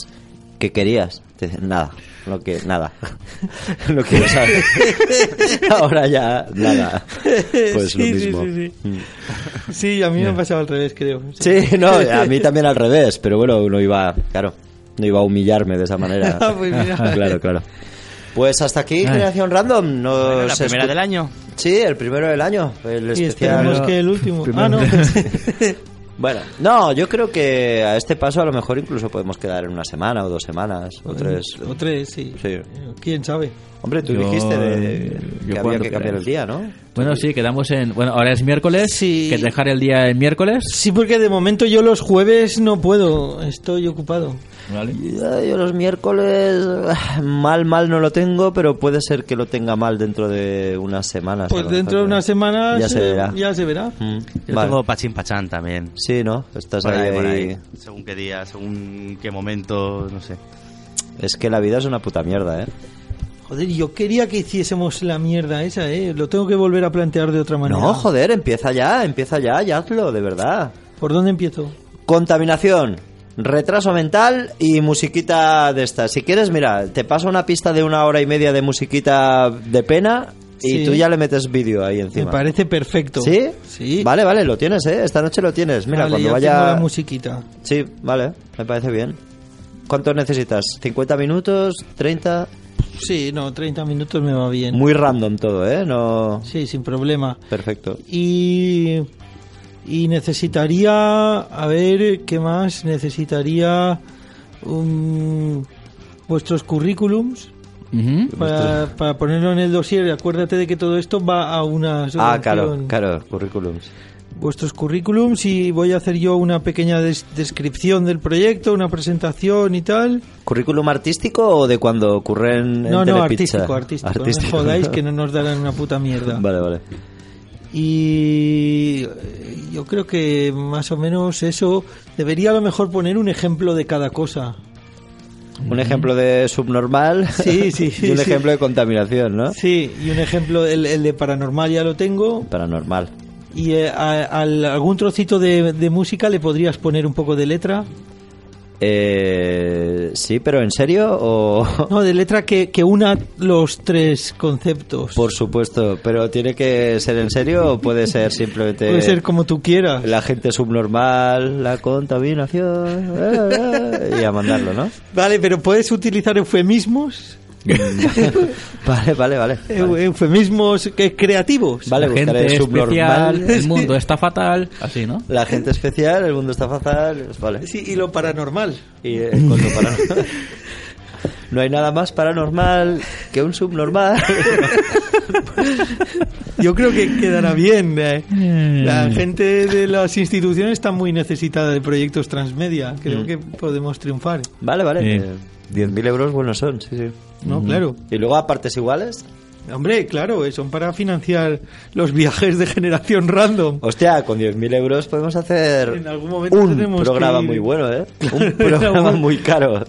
Speaker 2: ¿qué querías? Te dice, nada, lo que, nada. lo que saber. Ahora ya, nada. Pues lo
Speaker 3: Sí, sí,
Speaker 2: mismo.
Speaker 3: sí, sí. Sí, a mí me ha pasado al revés, creo.
Speaker 2: Sí, no, a mí también al revés, pero bueno, uno iba, claro. No iba a humillarme de esa manera.
Speaker 3: Ah, pues mira.
Speaker 2: claro, claro. Pues hasta aquí, Generación Random. Nos
Speaker 5: Bueno, la primera
Speaker 2: escu-
Speaker 5: del año.
Speaker 2: Sí, el primero del año. El
Speaker 3: Y
Speaker 2: especial.
Speaker 3: esperemos que el último.
Speaker 4: Primero.
Speaker 3: Ah, no.
Speaker 2: Bueno, no, yo creo que a este paso a lo mejor incluso podemos quedar en una semana o dos semanas o tres.
Speaker 3: O tres, sí.
Speaker 2: Sí.
Speaker 3: ¿Quién sabe?
Speaker 2: Hombre, tú
Speaker 4: Yo- eh,
Speaker 2: dijiste de-
Speaker 4: yo
Speaker 2: que había
Speaker 4: cuando
Speaker 2: que cambiar
Speaker 4: queráis.
Speaker 2: el día, ¿no?
Speaker 4: Bueno, sí, quedamos en. Bueno, ahora es miércoles.
Speaker 3: Sí.
Speaker 4: Que dejar el día el miércoles.
Speaker 3: Sí, porque de momento yo los jueves no puedo. Estoy ocupado.
Speaker 4: Vale.
Speaker 2: Ya, Yo los miércoles ah, mal, mal no lo tengo, pero puede ser que lo tenga mal dentro de unas semanas. a
Speaker 3: Pues
Speaker 2: lo
Speaker 3: dentro de
Speaker 2: mejor, ¿no?
Speaker 3: unas semanas
Speaker 2: ya se
Speaker 3: eh,
Speaker 2: verá.
Speaker 3: Ya se verá.
Speaker 2: Mm,
Speaker 5: Yo
Speaker 2: vale.
Speaker 5: tengo Pachín Pachán también.
Speaker 2: Sí, ¿no? Estás
Speaker 5: Por
Speaker 2: ahí,
Speaker 5: pues ahí, por
Speaker 2: ahí.
Speaker 5: ahí. Según qué día, según qué momento, no sé.
Speaker 2: Es que la vida es una puta mierda, ¿eh?
Speaker 3: Joder, yo quería que hiciésemos la mierda esa, ¿eh? Lo tengo que volver a plantear de otra manera.
Speaker 2: No, joder, empieza ya, empieza ya, ya hazlo, de verdad.
Speaker 3: ¿Por dónde empiezo?
Speaker 2: Contaminación, retraso mental y musiquita de esta. Si quieres, mira, te paso una pista de una hora y media de musiquita de pena y
Speaker 3: Sí.
Speaker 2: tú ya le metes vídeo ahí encima.
Speaker 3: Me parece perfecto.
Speaker 2: ¿Sí?
Speaker 3: Sí.
Speaker 2: Vale, vale, lo tienes, ¿eh? Esta noche lo tienes. Mira,
Speaker 3: Vale,
Speaker 2: cuando
Speaker 3: ya
Speaker 2: vaya...
Speaker 3: tengo la musiquita.
Speaker 2: Sí, vale, me parece bien. ¿Cuánto necesitas? ¿50 minutos? ¿30?
Speaker 3: Sí, no, 30 minutos me va bien.
Speaker 2: Muy random todo, ¿eh? No...
Speaker 3: Sí, sin problema.
Speaker 2: Perfecto.
Speaker 3: Y, y necesitaría, a ver, ¿qué más? Necesitaría um, vuestros currículums
Speaker 4: Ujú.
Speaker 3: para, para ponerlo en el dossier. Acuérdate de que todo esto va a una...
Speaker 2: Ah,
Speaker 3: subvención.
Speaker 2: claro, claro, currículums.
Speaker 3: Vuestros currículums y voy a hacer yo una pequeña des- descripción del proyecto, una presentación y tal.
Speaker 2: ¿Currículum artístico o de cuando ocurren en
Speaker 3: No, no,
Speaker 2: Telepizza?
Speaker 3: artístico, artístico. No me jodáis que no nos darán una puta mierda.
Speaker 2: Vale, vale.
Speaker 3: Y eh, yo creo que más o menos eso debería a lo mejor poner un ejemplo de cada cosa.
Speaker 2: Un ejemplo de subnormal
Speaker 3: Sí, sí,
Speaker 2: y un
Speaker 3: sí.
Speaker 2: ejemplo de contaminación, ¿no?
Speaker 3: Sí, y un ejemplo, el, el de paranormal ya lo tengo.
Speaker 2: Paranormal.
Speaker 3: Y eh, a- al- algún trocito de, de música le podrías poner un poco de letra.
Speaker 2: Eh, sí, pero ¿en serio? O...
Speaker 3: No, de letra que, que una los tres conceptos.
Speaker 2: Por supuesto, pero ¿tiene que ser en serio o puede ser simplemente...
Speaker 3: Puede ser como tú quieras.
Speaker 2: La gente subnormal, la contaminación... eh, eh, y a mandarlo, ¿no?
Speaker 3: Vale, pero puedes utilizar eufemismos.
Speaker 2: Vale, vale, vale.
Speaker 3: Eu- Eufemismos que- creativos.
Speaker 2: Vale,
Speaker 4: la
Speaker 2: buscaré
Speaker 4: gente es
Speaker 2: subnormal.
Speaker 4: especial, el mundo está fatal. Así, ¿no?
Speaker 2: La gente especial, el mundo está fatal... Vale.
Speaker 3: Sí, y lo paranormal.
Speaker 2: Y eh, con lo paranormal. No hay nada más paranormal que un subnormal.
Speaker 3: Yo creo que quedará bien. eh. La gente de las instituciones está muy necesitada de proyectos transmedia.
Speaker 2: Mm.
Speaker 3: Creo que podemos triunfar,
Speaker 2: Vale, vale.
Speaker 4: Sí.
Speaker 2: eh, 10.000 euros buenos son, sí, sí.
Speaker 3: ¿no? Claro.
Speaker 2: Y luego a partes iguales.
Speaker 3: Hombre, claro, eh, son para financiar los viajes de generación random.
Speaker 2: Hostia, con 10.000 euros podemos hacer
Speaker 3: En algún momento
Speaker 2: un
Speaker 3: tenemos que
Speaker 2: programa
Speaker 3: ir.
Speaker 2: muy bueno, ¿eh? Un programa muy caro.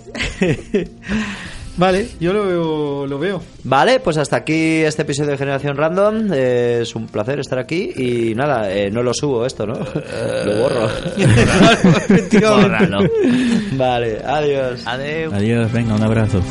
Speaker 3: Vale, yo lo veo. Lo veo.
Speaker 2: Vale, pues hasta aquí este episodio de Generación Random. Eh, es un placer estar aquí y nada, eh, no lo subo esto, ¿no? Lo borro.
Speaker 3: Efectivamente.
Speaker 5: Bórralo.
Speaker 2: vale, adiós.
Speaker 5: Adeu.
Speaker 4: Adiós, venga, un abrazo.